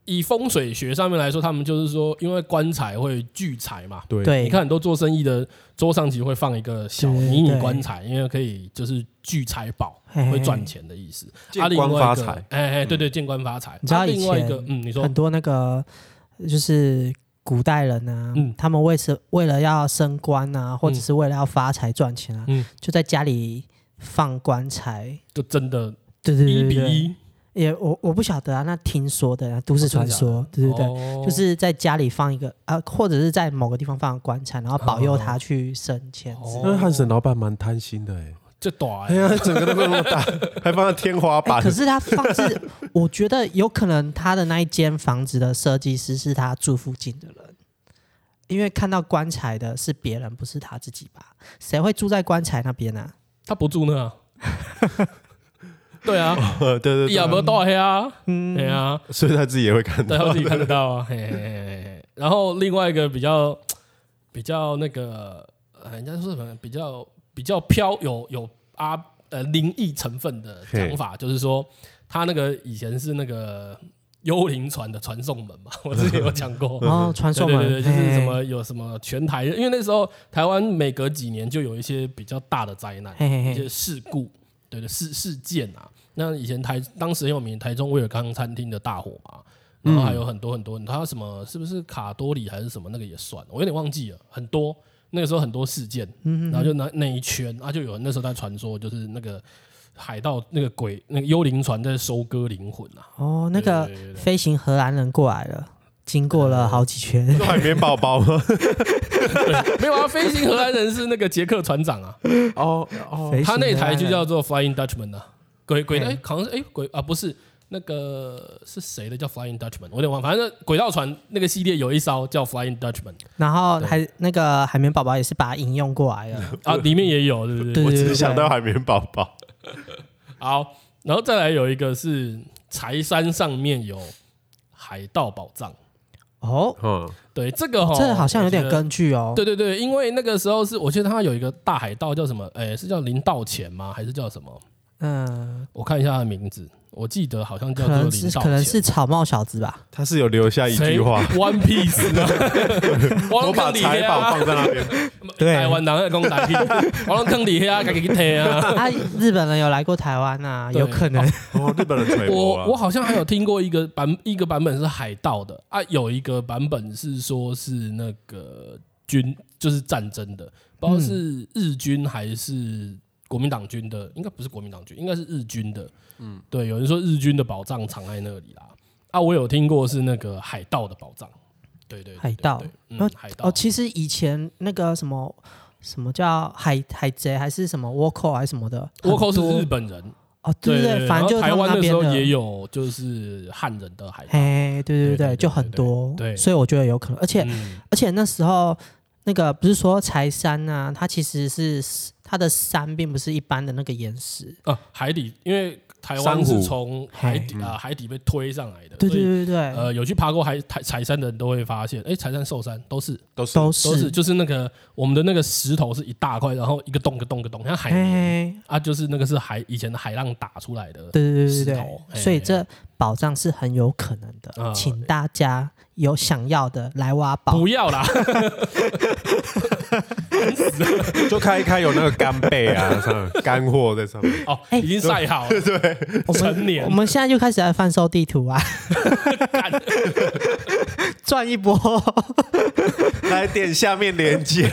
A: 以风水学上面来说，他们就是说，因为棺材会聚财嘛。
C: 对
B: 对，
A: 你看很多做生意的桌上其实会放一个小
B: 哎对
A: 迷你
B: 对哎
A: 棺材，因为可以就是聚财宝，
B: 嘿嘿
A: 会赚钱的意思。
C: 见
A: 啊另外
C: 官发
A: 一个
C: 财嗯
A: 哎哎，对对，见官发财。
B: 你知道
A: 啊
B: 以
A: 另外一
B: 前
A: 个，嗯，你说
B: 很多那个就是古代人啊，
A: 嗯
B: 他们为是为了要升官啊，或者是为了要发财赚钱啊，
A: 嗯
B: 就在家里放棺材。
A: 就真的
B: 对对
A: 一
B: 对
A: 比
B: 对对，
A: 一
B: 也我我不晓得啊，那听说的啊，都市传
A: 哦
B: 说，对对对，
A: 对
B: 就是在家里放一个啊，或者是在某个地方放个棺材，然后保
A: 啊
B: 佑他去升迁之类的。
C: 那汉神老板蛮贪心的哎，
A: 就短
C: 哎，呀，整个都没有那么大， 还放在天花
B: 哎
A: 啊
C: 板
B: 可。是他放置，我觉得有可能他的那一间房子的设计师是他住附近的人，因为看到棺材的是别人，不是他自己吧？谁会住在棺材那边啊？
A: 他不住那啊。 对啊，
C: 呃 对对
A: 也
C: 对，
A: 没到黑啊，
B: 嗯
A: 对啊，
C: 所以他自己也会 看
A: 对，
C: 到
A: 他自。己看得到啊。嘿嘿嘿嘿嘿然后另外一个比较比较那个，呃人家说什么比较比较飘有有啊呃灵异成分的讲法，就是说他那个以前是那个幽灵船的传送门嘛， 我之前有讲 过。
B: 然后哦传
A: 对
B: 送
A: 对
B: 门，
A: 对，对就是什
B: 嘿
A: 么有什么全台，因为那时候台湾每隔几年就有一些比较大的灾难，
B: 嘿嘿
A: 一
B: 嘿
A: 些事故，对对事事件啊。那以前台当时很有名，台中威尔刚餐厅的大火嘛，然后还有很多很多，他什么是不是卡多里还是什么那个也算，我有点忘记了，很多那个时候很多事件，然后就那那一圈啊，就有人那时候在传说，就是那个海盗那个鬼那个幽灵船在收割灵魂啊，
B: 哦，那个
A: 对对对对
B: 飞行荷兰人过来了，经过了好几圈，
C: 海绵宝宝吗？
A: 对没有啊，飞行荷兰人是那个捷克船长啊。
C: 哦哦，
B: 飞行
A: 他那
B: 荷兰
A: 台就
B: 人
A: 叫做 Flying Dutchman 啊，鬼鬼哎
B: 嘿，
A: 好像是哎鬼啊，不是那个是谁的叫 Flying Dutchman？我有点忘了，反正轨道船那个系列有一艘叫 Flying Dutchman
B: 然后还那个海绵宝宝也是把它引用过来 了，
A: 啊，里面也有，对不
B: 对
A: 对？
C: 我
B: 对
C: 只
B: 对
C: 想到
B: 对，
C: 海绵宝宝。
A: 好，然后再来有一个是柴山上面有海盗宝藏，
B: 哦，
C: 嗯，
A: 对这个哈，
B: 这好像有点
A: 我觉得。
B: 根据哦，
A: 对对对，因为那个时候是我记得他有一个大海盗叫什么？哎，是叫林道前吗？还是叫什么？
B: 嗯，
A: 我看一下他的名字，我记得好像叫
B: 可
A: 做
B: 能
A: 林
B: 是
A: 道前。
B: 可能是草帽小子吧，
C: 他是有留下一句话，
A: ，One Piece 啊，
C: 我把财宝放在那边。
B: 对
A: 台湾人在讲台语，我拢坑底下，家己去听 啊。
B: 啊，日本人有来过台湾啊，
A: 对
B: 有可能。
C: 哦，日本人吹波
A: 我我
C: 啊，
A: 好像还有听过一个版一个版本是海盗的啊，有一个版本是说是那个军就是战争的，不知道是日军还是国民党军的，应该不是国民党军，应该是日军的。嗯，对，有人说日军的宝藏藏在那里啦。啊，我有听过是那个海盗的宝藏。对对对
B: 海盗
A: 对对嗯
B: 哦
A: 海盗
B: 哦，其实以前那个什么什么叫海海贼还是什么倭寇还是什么的，
A: 倭寇
B: 很
A: 是
B: 多
A: 日本人，
B: 哦，对
A: 对
B: 对，反正就是
A: 然
B: 他
A: 后台湾
B: 们那
A: 那时
B: 边
A: 候
B: 的哎
A: 也有就是汉人的海盗。对对
B: 嘿，对对
A: 对
B: 对，就
A: 对
B: 很
A: 对
B: 多，
A: 对
B: 所以我觉得有可能，而且
A: 嗯
B: 而且那时候那个不是说柴山啊，它其实是它的山并不是一般的那个岩石，
A: 啊，海底，因为台
C: 珊
A: 湾
C: 瑚嗯
A: 是从海底
C: 嘿
A: 啊、海底被推上来的，
B: 哎对对
A: 所以
B: 对对对，
A: 呃，有去爬过海台柴山的人都会发现，哎、柴山、寿山都是
C: 都是
B: 都
A: 都是，
B: 是
A: 就是那个我们的那个石头是一大块，然后一个洞一个洞一个洞，像
B: 哎
A: 海绵
B: 嘿，
A: 啊，就是那个是海以前的海浪打出来的，
B: 对对对
A: 石
B: 对
A: 头嘿
B: 对，所以这宝藏是很有可能
A: 啊
B: 的，请大家有想要的来挖宝
A: 不，要啦，
C: 就开一开有那个干贝啊，上面干货在上面，
A: 哦，
B: 哎
A: 已经晒好了，
B: 我
A: 成
B: 们
A: 年
B: 我们现在就开始来贩售地 图啊，赚一波，
C: 来点下面连接，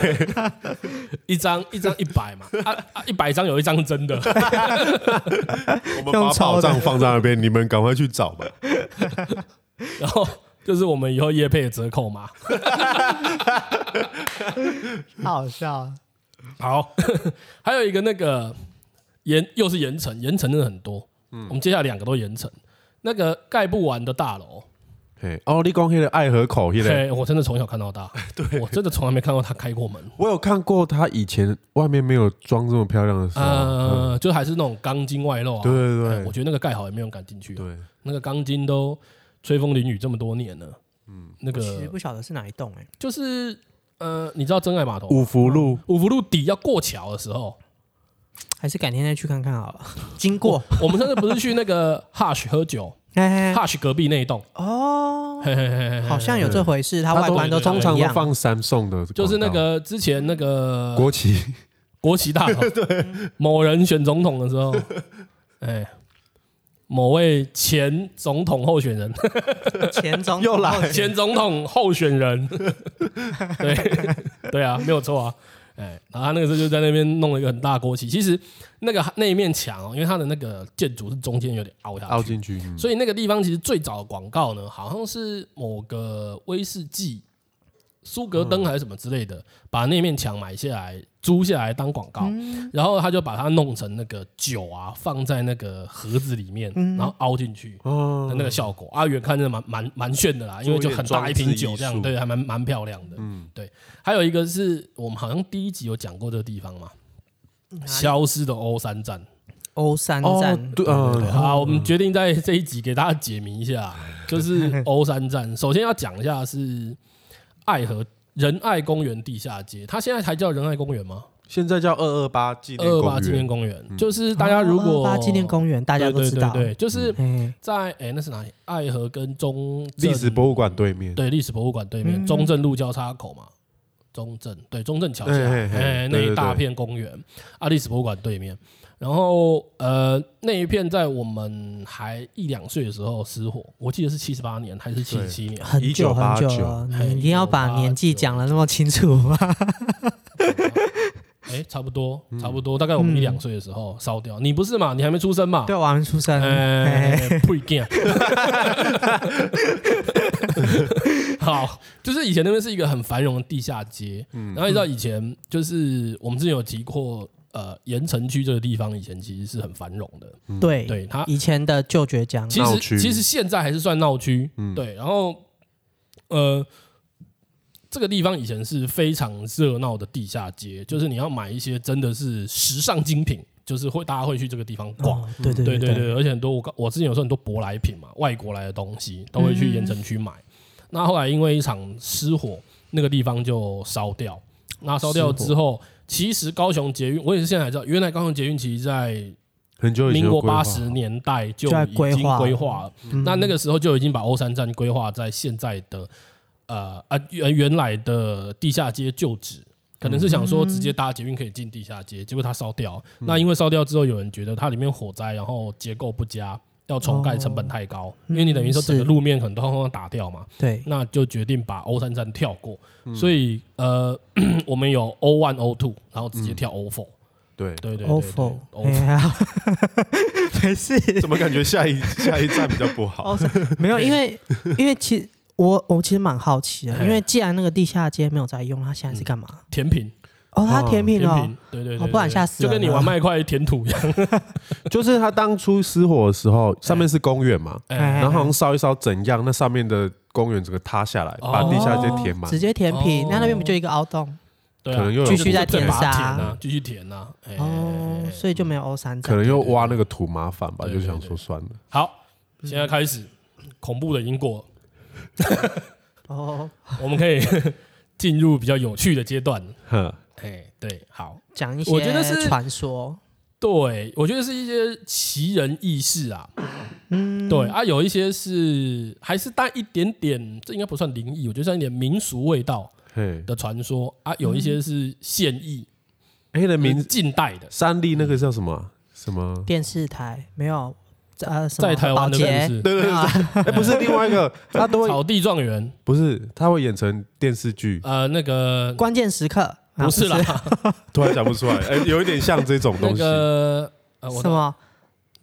A: 一张一张一百嘛，啊啊，一百张有一张是真的，
C: 我们把宝藏放在那边，你们赶快去找吧。
A: 然后就是我们以后业配的折扣嘛，
B: 好笑啊，
A: 好，还有一个那个盐，又是盐城，盐城真的很多。我们接下来两个都盐城，那个盖不完的大楼，
C: 嘿，哦，你讲那个爱河口那个，
A: 对我真的从小看到大，对我真的从来没看过他开过门。
C: 我有看过他以前外面没有装这么漂亮的时候，嗯
A: 呃，就还是那种钢筋外露啊。
C: 对对
A: 哎
C: 对
A: 我觉得那个盖好也没有人敢进去、啊。
C: 对，
A: 那个钢筋都吹风淋雨这么多年了，嗯，那
B: 我其实
A: 个
B: 不晓得是哪一栋哎，
A: 就是呃，你知道真爱码头吗
C: 五福路
A: 五福路底要过桥的时候，
B: 还是改天再去看看好了，经过，
A: 我们上次不是去那个 Hush 喝酒
B: 哎
A: ，Hush 隔壁那一栋，
B: 哦，
A: 嘿嘿嘿嘿嘿
B: 好像有这回事，它
C: 它
B: 外观都
A: 通
C: 通
B: 长
C: 常
B: 一
C: 都
B: 样，
C: 放三送的广 告，
A: 就是那个之前那个国
C: 国旗，
A: 国旗大 楼，某人选总统的时候，哎，某位前总统候选 人，
B: 前总
C: 又来
B: 后
A: 前总统候选 人，对对啊，没有错啊，哎，然后他那个时候就在那边弄了一个很大的国旗，其实那个那一面墙哦，因为它的那个建筑是中间有点凹下
C: 凹
A: 去，
C: 进去，嗯
A: 所以那个地方其实最早的广告呢，好像是某个威士忌、苏格登还是什么之类
C: 嗯
A: 的，把那面墙买下来租下来当广告，
C: 嗯
A: 然后他就把它弄成那个酒啊，放在那个盒子里面，然后凹进去。
C: 嗯哦
A: 的那个效果，阿远看着蛮蛮蛮炫的啦，因为就很大一瓶酒这样，
C: 做一点装置艺术
A: 对，还蛮蛮漂亮的。嗯，对。还有一个是我们好像第一集有讲过这个地方嘛，消失的欧三站。
B: 欧三
C: 哦
B: 站，，
C: 对，嗯，
A: 啊好，我们决定在 这一集给大家解谜一下， 就是欧山站。首先要讲一下是爱河仁爱公园地下街，它现在还叫仁爱公园吗？
C: 现在叫二二八纪念
A: 二
C: 公
A: 八纪念
C: 园，嗯
A: 公园，就是大家如果
B: 哦八纪念公园，大家都
A: 对
B: 知道，
A: 对对对，就是
B: 哎，
A: 在哎那是哪里？爱河跟中正
C: 历史博物馆对面，
A: 对历史博物馆对面
B: 嗯
A: 中正路交叉口嘛。中正对中正桥下，
C: 哎哎哎
A: 哎，那
C: 对
A: 一
C: 对
A: 大
C: 对
A: 片公园，啊，历史博物馆对面。然后呃，那一片在我们还一两岁的时候失火，我记得是七十八年还是七十七年，
B: 很久很久了，
A: 1989
B: 你一定要把年纪讲了那么清楚吗？
A: 哎，差不多，差不多，大概我们一两岁的时候烧掉。你不是嘛？你还没出生嘛？
B: 对，我还没出生，
A: 哎
B: 哎，，
A: 配 件。好，就是以前那边是一个很繁荣的地下街，
C: 嗯
A: 然后你知道以前就是我们之前有提过，呃，盐城区这个地方以前其实是很繁荣的，
B: 对
A: 对它
B: 以前的旧爵江，
A: 其
C: 闹
A: 实
C: 哎区
A: 其实现在还是算闹区，
C: 嗯
A: 对，然后呃，这个地方以前是非常热闹的地下街，就是你要买一些真的是时尚精品，就是会大家会去这个地方逛。
B: 哦，对对
A: 对对
B: 对
A: 对，而且很多我刚我之前有时候很多舶来品嘛，外国来的东西都会去盐城区买。那后来因为一场失火，那个地方就烧掉。那烧掉之后，其实高雄捷运，我也是现在才知道，原来高雄捷运其实在
C: 很久以前
A: 民
C: 就
A: 国
C: 规划
A: 八十年代就
B: 就在
A: 已
B: 规
A: 经
B: 划嗯
A: 规划了。那那个时候就已经把欧山站规划在现在的呃啊原原来的地下街旧址，可能是想说直接搭捷运可以进地下街，结果它烧掉。
B: 嗯
A: 那因为烧掉之后，有人觉得它里面火灾，然后结构不佳。要重盖成本太高，因为你等于说整个
B: 哦嗯是
A: 路面可能都通通打掉嘛，
B: 对，
A: 那就决定把欧三站
B: 嗯 嗯
A: 跳过，所以呃，我们有 O one O two，然后直接跳 O four，、
C: 对，
A: 对对对
B: ofo，
A: 对对
B: 哎呀， 没事，
C: 怎么感觉 下一下一站比较不好？
B: 哦，是没有，因为因为其实我我其实蛮好奇的，
A: 嘿
B: 因为既然那个地下街没有在用，它现在是干嘛？
A: 甜品，
B: 哦，它甜品
A: 甜
B: 哦
A: 品，，对对
B: 哦
A: 对，
B: 不然
A: 对
B: 吓死
A: 就跟
B: 人
A: 你
B: 了
A: 玩麦块填土一样，
C: 就是他当初失火的时候，上面是公园嘛，
A: 哎
B: 哎
C: 然后好像烧一烧怎样，那上面的公园整个塌下来，
A: 哦
C: 把地下街填满
B: 直。接填平
A: 哦，
B: 那那边不就一个凹洞？
A: 对啊，
C: 可能又有
B: 继续再
A: 就
B: 填
A: 把它
B: 沙
A: 填啊，继续填啊，哎
B: 哦，所以就没有 O 三
C: 可
B: 站。
C: 能又挖那个土麻烦吧，
A: 对
C: 就
A: 对
C: 想
A: 对
C: 说算 了。
A: 好，现在开始，恐怖的已经过了，
B: 哦，
A: 我们可以 进入比较有趣的阶段了。
C: 哼，
A: 哎，对，好，
B: 讲一
A: 我觉得
B: 些
A: 是
B: 传说，
A: 对，我觉得是一些奇人异事啊，嗯，对啊，有一些是还是带一点点，这应该不算灵异，我觉得算一点民俗味道
C: 嘿，
A: 的传说啊，有一些是
B: 嗯
A: 现役，
C: 哎，那
A: 民
C: 名
A: 近代的，
C: 三立那个叫什么啊什 么？
B: 电视台没有，呃，什么
A: 在台湾的
B: 保
A: 故
B: 洁
A: 事，
C: 对对
B: 没有啊
C: 哎，不是另外 一个，他都会
A: 草地状元，
C: 不是，他会演成电 视剧，
A: 呃，那个
B: 关键时刻啊
A: 不是啦，
C: 突然讲不出来，哎，有一点像这种
A: 那
C: 东西，
A: 个呃，我
B: 啊什么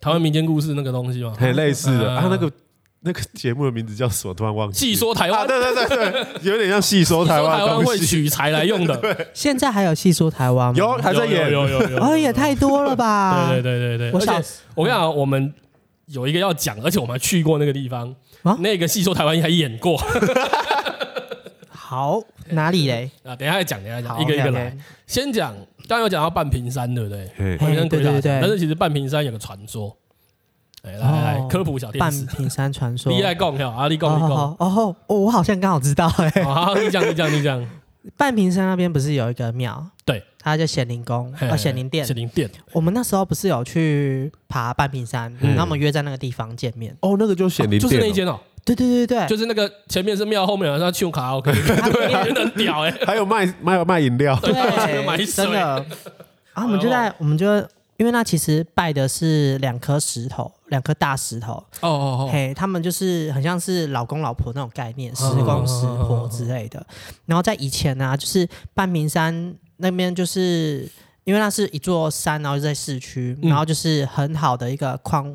A: 台湾民间故事那个东西嘛，
C: 很类似的
A: 呃
C: 啊。那个那个节目的名字叫什么？突然忘记。
A: 细说台
C: 啊，
A: 湾，
C: 对对对对，有点像细说
A: 细
C: 台
A: 说
C: 湾
A: 台
C: 的
A: 湾
C: 东
A: 会
C: 西。
A: 取材来用的，
B: 现在还有戏说台湾吗？
C: 有还在演，
A: 有有有有，
B: 哦，也太多了吧！
A: 对对对对对，
B: 我
A: 而
B: 小
A: 且我跟你讲，我们有一个要讲，而且我们还去过那个地方
B: 啊
A: 那个戏说台湾还演过
B: 好哪里嘞？
A: 啊，等一下再讲，等一下再
B: 好
A: 讲，一个一个
B: OK，OK
A: 来。先讲，刚刚有讲到半屏山，对不对？
C: 嘿
A: 半屏山
B: 嘿对
A: 鬼打墙
B: 对对
A: 但是其实半屏山有个传说，哎，来来来，
B: 哦
A: 科普小
B: 半
A: 天使，
B: 屏山传说。哦
A: 你来讲，哈，啊，你讲你讲，
B: 哦哦哦哦，我好像刚好知道哎、
A: 好，你讲你讲你讲，
B: 半屏山那边不是有一个庙？
A: 对，
B: 它叫显灵宫
A: 嘿
B: 啊，显灵殿
A: 哎显。灵殿，
B: 我们那时候不是有去爬半屏山，
C: 嗯
B: 然后我们约在那个地方见面。
C: 哦，那个就是显灵
A: 就是那一
C: 殿
A: 间哦，
B: 对对对对，
A: 就是那个前面是庙，后面好像去用卡拉 OK，
B: 它里面
A: 真的很屌哎，
C: 哦，还有卖卖卖饮料，
A: 去 买
B: 对，
A: 水
B: 真的。然后我们就在，我们就因为那其实拜的是两颗石头，两颗大石头。
A: 哦哦哦，
B: 嘿，他们就是很像是老公老婆那种概念，
A: 嗯
B: 十公十婆之类的。然后在以前呢、就是半屏山那边，就是因为那是一座山，然后就在市区，
A: 嗯
B: 然后就是很好的一个矿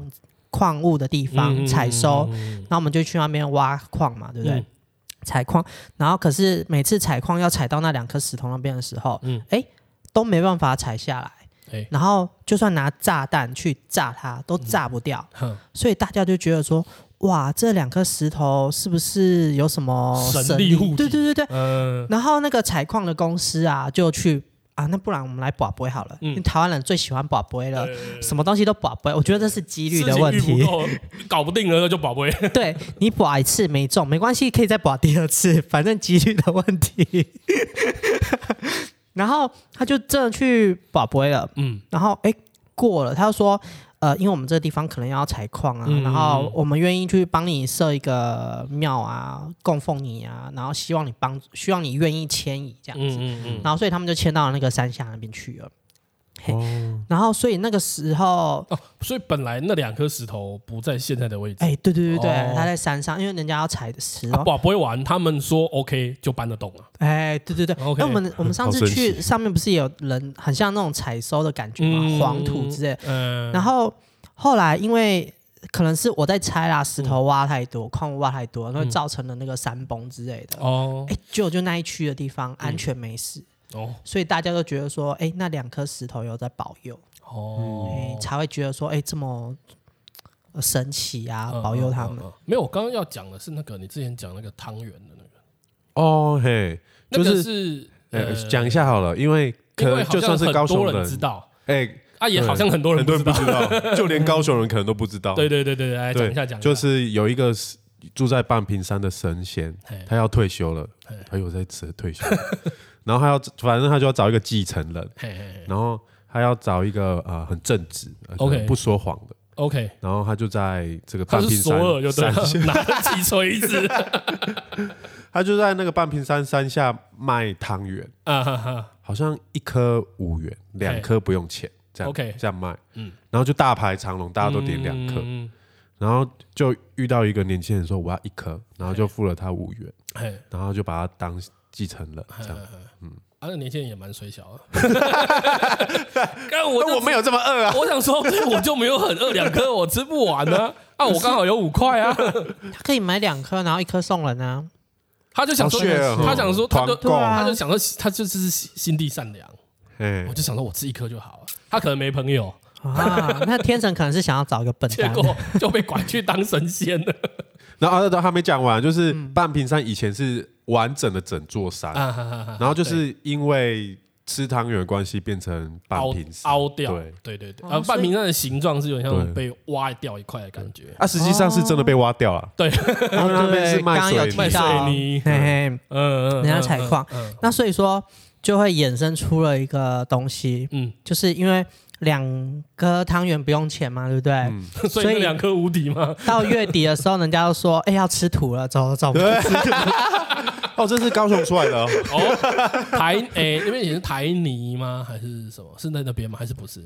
B: 矿物的地
A: 嗯
B: 方采收，，
A: 嗯嗯嗯
B: 然后我们就去那边挖矿嘛，对不对？
A: 嗯
B: 采矿，然后可是每次采矿要采到那两颗石头那边的时候，
A: 嗯
B: 嗯，哎，都没办法采下来。
A: 哎
B: 然后就算拿炸弹去炸它，都炸不掉。
A: 嗯哼
B: 所以大家就觉得说，哇，这两颗石头是不是有什么
A: 神力
B: 力
A: 护体
B: 对对对对。
A: 嗯，
B: 然后那个采矿的公司啊，就去啊，那不然我们来保杯好了，
A: 嗯
B: 因为台湾人最喜欢保杯了。
A: 呃
B: 什么东西都保杯，我觉得这是几率的问
A: 事情遇
B: 题
A: 不。够，搞不定了就宝 贝。
B: 对你保一次没中没关系，可以再保第二次，反正几率的问题。 然后他就真的去保杯了，
A: 嗯，
B: 然后哎过了，他就说，呃，因为我们这个地方可能要采矿啊，
A: 嗯
B: 然后我们愿意去帮你设一个庙啊，供奉你啊，然后希望你帮，希望你愿意迁移这样子。
A: 嗯嗯
B: 然后所以他们就迁到那个山下那边去了。
C: 哦，
B: 然后所以那个时候，
A: 哦，所以本来那两颗石头不在现在的位置。
B: 哎，对对对对，
A: 哦
B: 他在山上，因为人家要采的石
A: 啊
B: 头。
A: 宝贝完，他们说 OK 就搬得动了。
B: 哎，对对对，
A: OK
B: 那我们我们上
C: 好
B: 次
C: 神奇
B: 去上面不是也有人很像那种采收的感觉嘛，黄土之类的。
A: 嗯
B: 然后后来因为可能是我在猜啦，石头挖太多，矿物挖太多，那
A: 嗯
B: 造成了那个山崩之类的。
A: 哦嗯
B: 哎、就就那一区的地方安全没事，
A: 哦
B: 所以大家都觉得说，哎、那两颗石头有在保佑，哎、
A: 哦，
B: 才会觉得说，哎、这么呃神奇啊，
A: 嗯
B: 保佑他们。
A: 嗯嗯嗯没有，我刚刚要讲的是那个你之前讲那个汤圆的那个，
C: 哦嘿，
A: 那
C: 就是
A: 个是
C: 哎
A: 呃，
C: 讲一下好了，因为可
A: 因为
C: 能
A: 好
C: 就
A: 像
C: 算是高
A: 很
C: 雄
A: 多人知道
C: 哎，
A: 啊，也好像很多人不
C: 很多
A: 知
C: 人不
A: 道。
C: 知道，就连高雄人可能都不知道。
A: 对对对对，对来
C: 对
A: 讲一下讲一下，
C: 就是有一个是住在半屏山的神仙
A: 嘿，
C: 他要退休了
A: 嘿，
C: 他有在辞退休，然后他要反正他就要找一个继承人，
A: 嘿嘿嘿
C: 然后他要找一个呃很正直、呃
A: OK
C: 可能不说谎的，
A: OK，
C: 然后他就在这个
A: 他
C: 半
A: 是
C: 屏
A: 索尔就
C: 山
A: 对了
C: 山 下，，
A: 拿得起锤 子
C: 他就在那个半屏山山下卖汤圆，
A: 啊哈哈，
C: 好像一颗五元，两颗不用钱，这样
A: OK
C: 这样卖，
A: 嗯
C: 然后就大排长龙，大家都点两颗，
A: 嗯嗯嗯
C: 然后就遇到一个年轻人说我要一颗，然后就付了他五元，
A: 嘿，
C: 然后就把他当继承
A: 哎
C: 人这样。
A: 啊，那年轻人也蛮水 小的。但我
C: 但
A: 就
C: 我没有这么饿啊，
A: 我想说，对我就没有很饿，两颗我吃不完呢、啊。我刚好有五块 啊。
B: 他可以买两颗，然后一颗送人啊。
A: 他就想说
C: 好血哦，
A: 他想说，他就
C: 团购
A: 他就想说，他就是心心地善良。
C: 哎
A: 我，就想说，我吃一颗就好了。他可能没朋 友，
B: 啊，那天神可能是想要找一个 笨
A: 结
B: 蛋，
A: 果就被拐去当神仙 了。
C: 然后啊都还没讲完，就是半屏山以前是完整的整座山，
A: 嗯啊哈哈哈
C: 然后就是因为吃汤圆的关系变成半
A: 凹
C: 屏山
A: 凹掉
C: 对，
A: 对对对，
B: 哦
A: 啊，
B: 所以
A: 半屏山的形状是有点像
C: 对
A: 被挖掉一块的感觉。
C: 啊，实际上是真的被挖掉了，
A: 对，
C: 因 为那边
B: 哦对，
C: 是
B: 刚
C: 卖
B: 刚有提
C: 水
A: 卖
C: 泥，
B: 到，
A: 水泥
B: 嘿嘿，
A: 嗯，嗯
B: 人家采矿，
A: 嗯
B: 那所以说就会衍生出了一个东西，
A: 嗯，
B: 就是因为两颗汤圆不用钱嘛，对不对？
C: 嗯，
A: 嗯所以
B: 所以
A: 那两颗无敌吗？
B: 到月底的时候，人家就说：“哎、要吃土了，走走。走
C: 哦，这是高雄出来的哦，
A: 哦，台诶，那边也是台泥吗？还是什么？是在那边吗？还是不是？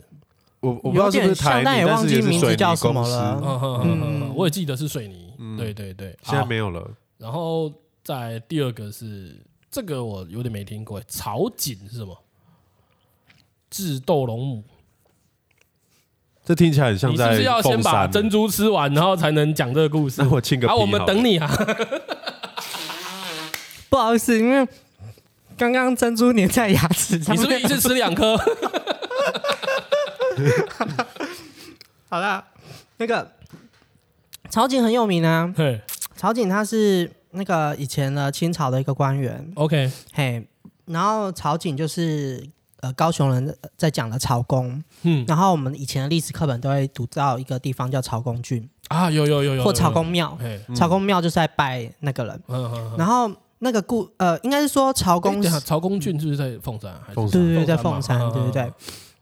C: 我我不知道是不是台泥，
B: 有点像但也忘记
C: 是
B: 名字
C: 水泥
B: 叫什么
C: 公司哦
B: 了
A: 嗯哼哼哼哼，我也记得是水泥。对对对，
C: 嗯现在
A: 好。
C: 没有了。
A: 然后在第二个是这个我有点没听过，草锦是什么？制斗龙母，
C: 这听起来很像
A: 你是不
C: 在
A: 是要先
C: 凤
A: 把
C: 山。
A: 珍珠吃完，然后才能讲这个故事？
C: 那我亲个
A: 好，
C: 屁
A: 我们
C: 好了
A: 等你啊！
B: 不好意思，因为刚刚珍珠粘在牙齿上
A: 你是
B: 面。
A: 不是一次吃两颗？
B: 好啦，那个曹景很有名啊。
A: 嘿
B: 曹景他是那个以前的清朝的一个官员，
A: ，OK，
B: 嘿，然后曹景就是呃高雄人在讲的曹公，
A: 嗯
B: 然后我们以前的历史课本都会读到一个地方叫曹公郡
A: 啊，有有有有有
B: 或曹公，庙
A: 有，嘿，
B: 曹公庙就是在拜那个人，
A: 嗯嗯，
B: 然后那个故呃应该是说曹
A: 公
B: 公
A: 曹公郡是不是在凤山？啊还是
C: 凤山
B: 对对对，在凤
A: 凤山
B: 山
A: 嘛，
B: 对对
A: 嗯
B: 对。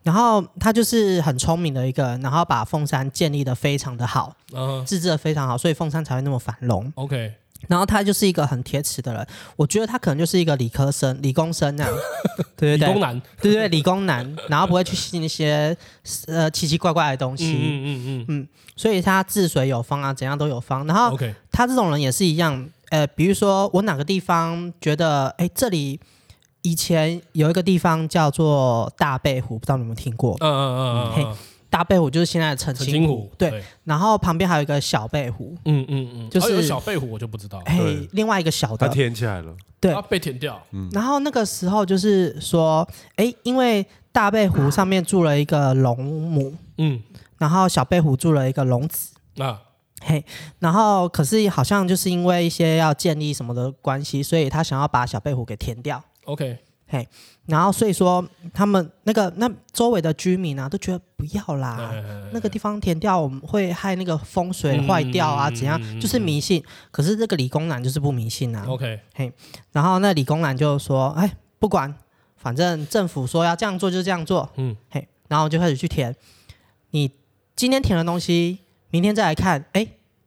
B: 然后他就是很聪明的一个人，然后把凤山建立的非常的好，
A: 嗯
B: 自治的非常好，所以凤山才会那么繁荣。
A: ，OK，
B: 然后他就是一个很铁齿的人，我觉得他可能就是一个理科生、理工生 那样，对
A: 理
B: 对
A: 工
B: 对，
A: 男，嗯
B: 对对理工男，然后不会去信一些呃奇奇怪怪的东西，
A: 嗯嗯
B: 所以他治水有方啊，怎样都有方。
A: 嗯
B: 然后
A: ，OK，
B: 他这种人也是一样，呃，比如说我哪个地方觉得，哎，这里以前有一个地方叫做大背湖，不知道你们有没有听过？
A: 嗯嗯嗯嗯嗯，
B: 大背湖就是现在的澄
A: 陈
B: 清
A: 清
B: 湖
A: 湖，，
B: 对，，然后旁边还有一个小背湖，
A: 嗯嗯嗯，
B: 就是
A: 哦有小贝虎我就不知道，
B: 哎
C: 对，
B: 另外一个小
C: 它
B: 的。
C: 填起来了，
B: 对
A: 啊被填掉，
C: 嗯
B: 然后那个时候就是说，哎，因为大背湖上面住了一个龙母，
A: 嗯，啊
B: 然后小背湖住了一个龙子。
A: 那
B: 嘿，然后可是好像就是因为一些要建立什么的关系，所以他想要把小贝湖给填掉。
A: OK，
B: 然后所以说他们那个那周围的居民啊都觉得不要啦，啊那个地方填掉我们会害那个风水坏掉啊，
A: 嗯
B: 怎样
A: 嗯嗯
B: 就是迷信。可是这个理工男就是不迷信啊。
A: OK，
B: 然后那理工男就说：“哎，不管，反正政府说要这样做就这样做。”
A: 嗯
B: 嗯，嘿，然后就开始去填。你今天填的东西，明天再来看，哎，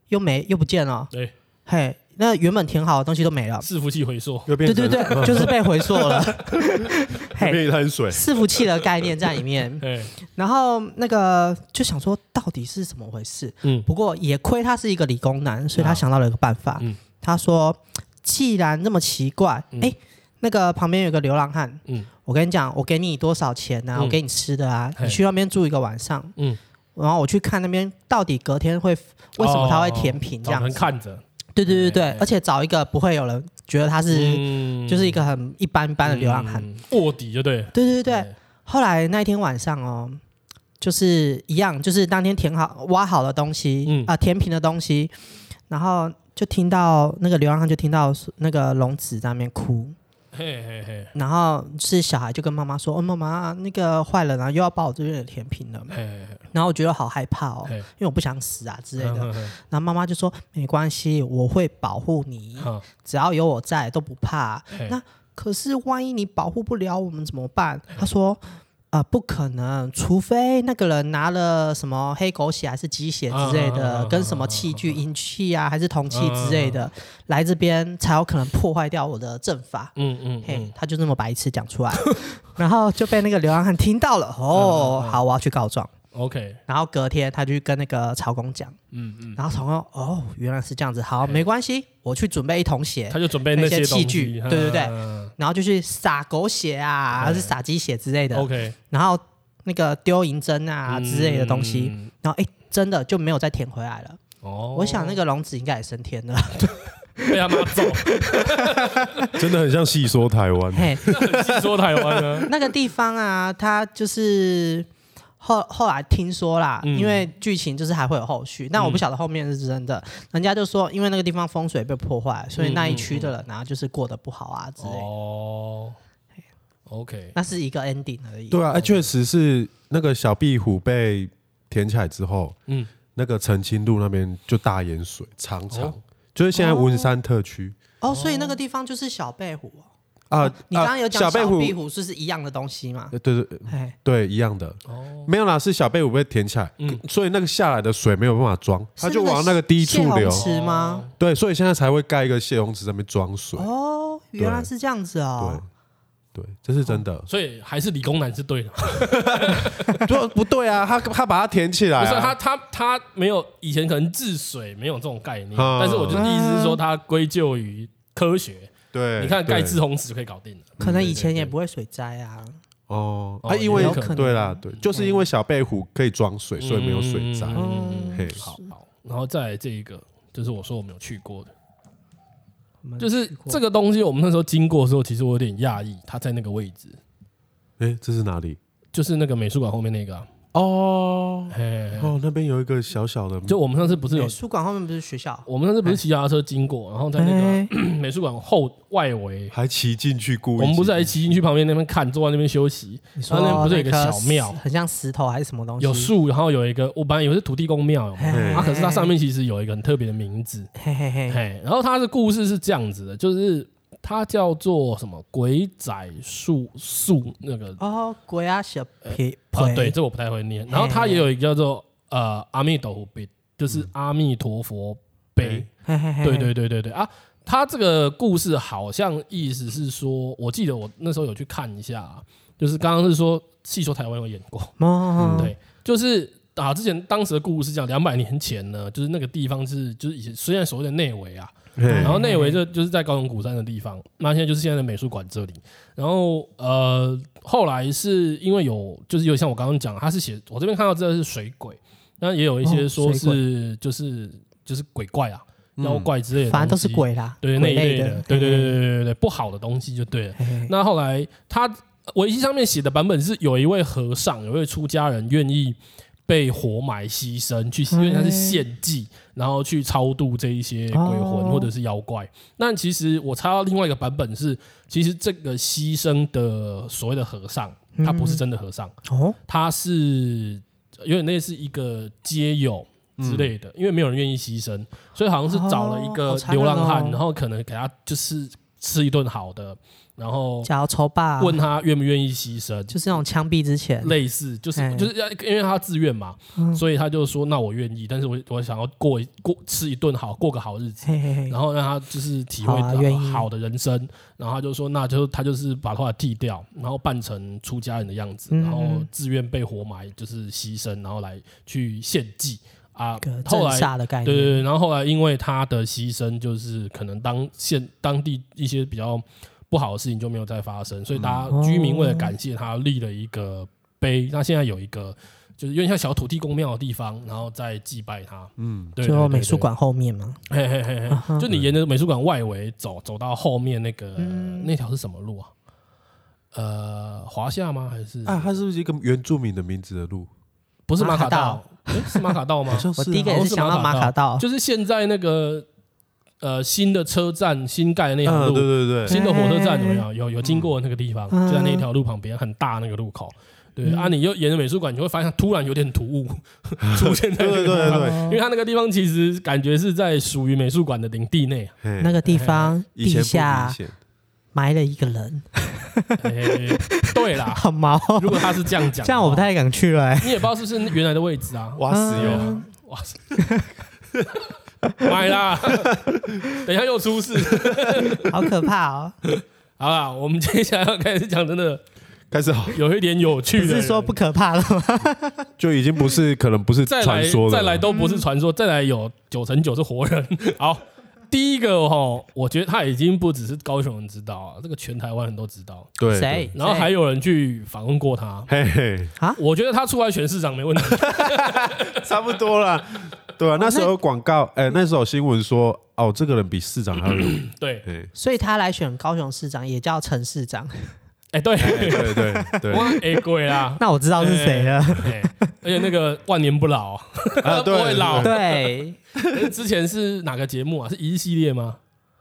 B: 又没又不见了。
C: 哎
A: 对，
B: 嘿，那原本填好的东西都没了。
A: 伺服器回溯，
C: 又变
B: 对
C: 成
B: 对 对，就是被回溯了。
C: 又
B: 嘿，
C: 变成水。
B: 伺服器的概念在里面。
A: 哎，
B: 然后那个就想说，到底是怎么回事？
A: 嗯
B: 不过也亏他是一个理工男，所以
A: 啊
B: 他想到了一个办法。
A: 嗯
B: 他说：“既然那么奇怪，哎、那个旁边有个流浪汉，
A: 嗯
B: 我跟你讲，我给你多少钱啊？
A: 嗯
B: 我给你吃的啊，
A: 嘿
B: 你去那边住一个晚上，
A: 嗯
B: 嗯，然后我去看那边到底隔天会为什么他会填平这
A: 找
B: 样
A: 人
B: 子？
A: 看着，
B: 对对对对，
A: 哦嘿嘿
B: 而且找一个不会有人觉得他是、
A: 嗯
B: 就是一个很一般般的流浪汉。
A: 嗯卧底就对了，
B: 对对对对，后来那一天晚上哦，就是一样，就是当天填好挖好的东西，啊、
A: 嗯
B: 填平的东西，然后就听到那个流浪汉就听到那个龙子在那边哭，
A: 嘿嘿嘿
B: 然后是小孩就跟妈妈说：“哦，妈妈，那个坏人啊，又要把我这边的填平了。
A: 嘿”
B: 然后我觉得好害怕哦，
A: 嘿，
B: 因为我不想死啊之类的。
A: 嗯嗯
B: 然后妈妈就说：“没关系，我会保护你
A: 嗯， 好
B: 只要有我在都不怕。”
A: 嘿
B: 那可是万一你保护不了我们怎么办？他说。啊、不可能，除非那个人拿了什么黑狗血还是鸡血之类
A: 啊啊啊啊啊
B: 的，
A: 啊
B: 跟什么器具、银器啊，还是铜器之类的，
A: 啊
B: 来这边才有可能破坏掉我的阵法。
A: 嗯嗯
B: 嘿
A: 嗯，，
B: 他
A: 嗯
B: 就那么白痴讲出来，然后就被那个流浪汉听到了。哦，好，我要去告状。
A: OK，
B: 然后隔天他就去跟那个曹公讲，
A: 嗯嗯，
B: 然后曹公哦原来是这样子，好没关系，我去准备一桶血
A: 他，就准备
B: 那
A: 那
B: 些
A: 东
B: 器
A: 西，
B: 具对对对
A: 嗯
B: 然后就去撒狗血啊，还是撒鸡血之类的，
A: 哎，OK
B: 然后那个丢银针啊之类的东西，
A: 嗯
B: 然后哎真的就没有再填回来了。
A: 哦，
B: 我想那个龙子应该也升天了，
A: 被他妈揍，
C: 真的很像戏说台湾。
B: 嘿，
A: 细说台湾 呢，
B: 那个地方啊，它就是后后来听说啦，
A: 嗯
B: 因为剧情就是还会有后续，但我不晓得后面是真的。人家就说，因为那个地方风水被破坏，所以那一区的人啊，就是过得不好啊之类的。
A: 嗯哦，OK，
B: 那是一个 ending 而已。
C: 对啊，哎确实是那个小壁虎被填起来之后，
A: 嗯，
C: 那个澄清路那边就大淹水，常常、
A: 哦
C: 就是现在文山特区
B: 哦，所以那个地地方就是小贝虎哦、
C: 啊。
B: 你刚
C: 啊
B: 刚有讲
C: 小
B: 小
C: 壁虎
B: 壁，虎，是不是一样的东西嘛？
C: 呃对对
B: 哎，
C: 对，一样的。
A: 哦，
C: 没有啦，是小贝虎被填起来，
A: 嗯。
C: 所以那个下来的水没有办法装，
B: 是
C: 它
B: 那
C: 就
B: 个
C: 往那个低
B: 泄
C: 处
B: 洪
C: 流。
B: 池吗？
C: 对，所以现在才会盖一个泄洪池在那边装水。
B: 哦，原来是这样子哦。
C: 对，对，这是真的
A: 所以还是理工男是对的，
C: 对，不对啊？他他把它填起来、
A: 不
C: 啊，
A: 是他他他没有以前可能治水没有这种概念，
C: 啊
A: 但是我就意思是说他归咎于科学，
C: 对，
A: 你看盖
C: 哎对
A: 滞洪池就可以搞定了，
B: 可能以前也不会水灾啊，
C: 哦，
A: 哦
C: 啊，因为
A: 有
B: 可能
C: 对啦，对，就是因为小贝虎可以装水，所以没有水灾。
A: 嗯
C: 嘿，
A: 好好，然后再来这一个，就是我说我没有去过的。
B: 我们
A: 就是
B: 去过
A: 这个东西，我们那时候经过的时候，其实我有点讶异，它在那个位置，
C: 哎，这是哪里？
A: 就是那个美术馆后面那个、啊。
C: 哦
A: 嘿，
C: 哦，那边有一个小小的，
A: 就我们上次不是有
B: 嗯美，术哎馆后面不是学校？
A: 我们上次不是骑脚踏车经过，然后在那
B: 哎，
A: 个 美术馆后外围，
C: 还骑进去故意。
A: 我们不是还骑进去旁边那边看，坐在那边休息，
B: 你
A: 然后那边不是有一个
B: 哦那颗
A: 小庙
B: 石很像石头还是什么东西？
A: 有树，然后有一个，我本来以为是土地公庙，有没有
B: 嘿，
A: 啊，可是它上面其哎实有一个很特别的名字，
B: 嘿嘿嘿，
A: 嘿，然后它的故事是这样子的，就是它叫做什么鬼仔树树那个
B: 哦，鬼啊小皮
A: 啊，
B: 皮，
A: 对，这我不太会念。然后它也有一个叫做呃阿弥陀佛碑，就是阿弥陀佛碑。
B: 嘿嘿嗯嘿，
A: 对对对对对啊！它这个故事好像意思是说，我记得我那时候有去看一下啊，就是刚刚是说戏说台湾有演过，
B: 哦，
A: 嗯对，就是啊，之前当时的故事是这样，两百年前呢，就是那个地方是就是以前虽然所谓的内围啊，
C: 嘿
A: 然后内围就就是在高雄古山的地方，那现在就是现在的美术馆这里。然后呃，后来是因为有就是有像我刚刚讲，他是写我这边看到这个是水鬼，那也有一些
B: 哦
A: 说
B: 水鬼嗯
A: 是就是就是鬼怪啊、妖怪之类的，
B: 反正都是。鬼啦，
A: 对那
B: 鬼
A: 一类
B: 的，嗯
A: 对对对
B: 嘿
A: 对对对对，不好的东西就对了。
B: 嘿嘿
A: 那后来他维基上面写的版本是有一位和尚，有一位出家人愿意被活埋牺牲，去因为他是献祭，然后去超度这一些鬼魂
B: 哦
A: 或者是妖怪。那其实我查到另外一个版本是，其实这个牺牲的所谓的和尚，他不
B: 嗯
A: 是真的和尚，
B: 哦，
A: 他是有点类似一个街友。之类的，因为没有人愿意牺牲，所以好像是找了一
B: 哦
A: 个
B: 好残忍
A: 流浪汉，
B: 哦
A: 然后可能给他就是吃一顿好的，然后
B: 假如抽霸，
A: 问他愿不愿意牺牲，
B: 就是那种枪毙之前，
A: 类似就是
B: 哎嗯
A: 就是要因为他自愿嘛，所以他就说那我愿意，但是我我想要过一过吃一顿好，过个好日子。
B: 嘿嘿嘿，
A: 然后让他就是体会
B: 哎好啊愿
A: 到
B: 意
A: 好的人生，然后他就说，那就他就是把头发剃掉，然后扮成出家人的样子，
B: 嗯
A: 然后自愿被活埋，就是牺牲，然后来去献祭啊
B: 一个。镇
A: 后来
B: 煞的概
A: 对对
B: 念，
A: 对，然后后来因为他的牺牲，就是可能当现当地一些比较不好的事情就没有再发生，所以大家
B: 嗯
A: 居民为了感谢他立了一个碑，那现在有一个就是有点像小土地公庙的地方，然后再祭拜他。嗯，对，
B: 最
A: 对
B: 后美术，馆后啊面嘛，
A: 对对嘿嘿嘿嘿，就你沿着美术馆外围走，走到后面那个
B: 嗯
A: 那条是什么路啊？呃，华夏吗？还是
C: 啊，它是不是一个原住民的名字的路？
A: 不是马
B: 马
A: 卡
B: 卡
A: 道？诶是马卡道吗
C: 好？像是
B: 我
C: 啊
B: 第一个也是想到马卡道，
A: 就是现在那个呃新的车站新盖的那条
C: 嗯，
A: 路，
C: 对对对，
A: 新的火车站有没有有有经过那个地方，
B: 哎嗯
A: 就在那一条路旁边很大那个路口。对、
B: 嗯
A: 啊，你又沿着美术馆，你会发现它突然有点突 兀出现在
C: 对
A: 那个
C: 对
A: 地方
C: 对对，
A: 因为它那个地方其实感觉是在属于美术馆的领地内啊，
C: 嘿
B: 那个地方
C: 以前
B: 地
C: 不明
B: 下
C: 显，
B: 埋了一个人，
A: 嘿哎对 啦，
B: 好毛哦，
A: 如果他是这样讲，
B: 这样我不，太敢去了，哎
A: 你也不知道是不是原来的位置啊，
C: 挖石
A: 对
C: 油，
A: 啊，哇塞， 买啦， 等一下又出事，
B: 好可怕哦，
A: 好啦，我们接下来要开始讲真的
C: 开始好
A: 有一点有
B: 不
A: 趣的
B: 是
A: 人。
B: 说不可怕了吗？
C: 就已经不是可能不是
A: 再来
C: 传说了，
A: 再来都不是传说，再来有九成九是活 人。好，第一个哈，我觉得他已经不只是高雄人知道啊，这个全台湾人都知道，
C: 对，
B: 谁？
A: 然后还有人去访问过他。
C: 对嘿嘿，
A: 我觉得他出来选市长没 问题，
C: 差不多啦。对啊，那时候有广告，哎、那时候有新闻说，哦，这个人比市长还要有名，
A: 对，
C: 哎、
B: 所以他来选高雄市长，也叫陈市长。
A: 哎对，
C: 对对对对，
A: 哇哎鬼啦，
B: 那我知道是谁了。
A: 哎，而且那个万年不老，
C: 啊
A: 不会 老
C: 对
B: 对，
A: 之前是哪个节目啊？是一系列吗？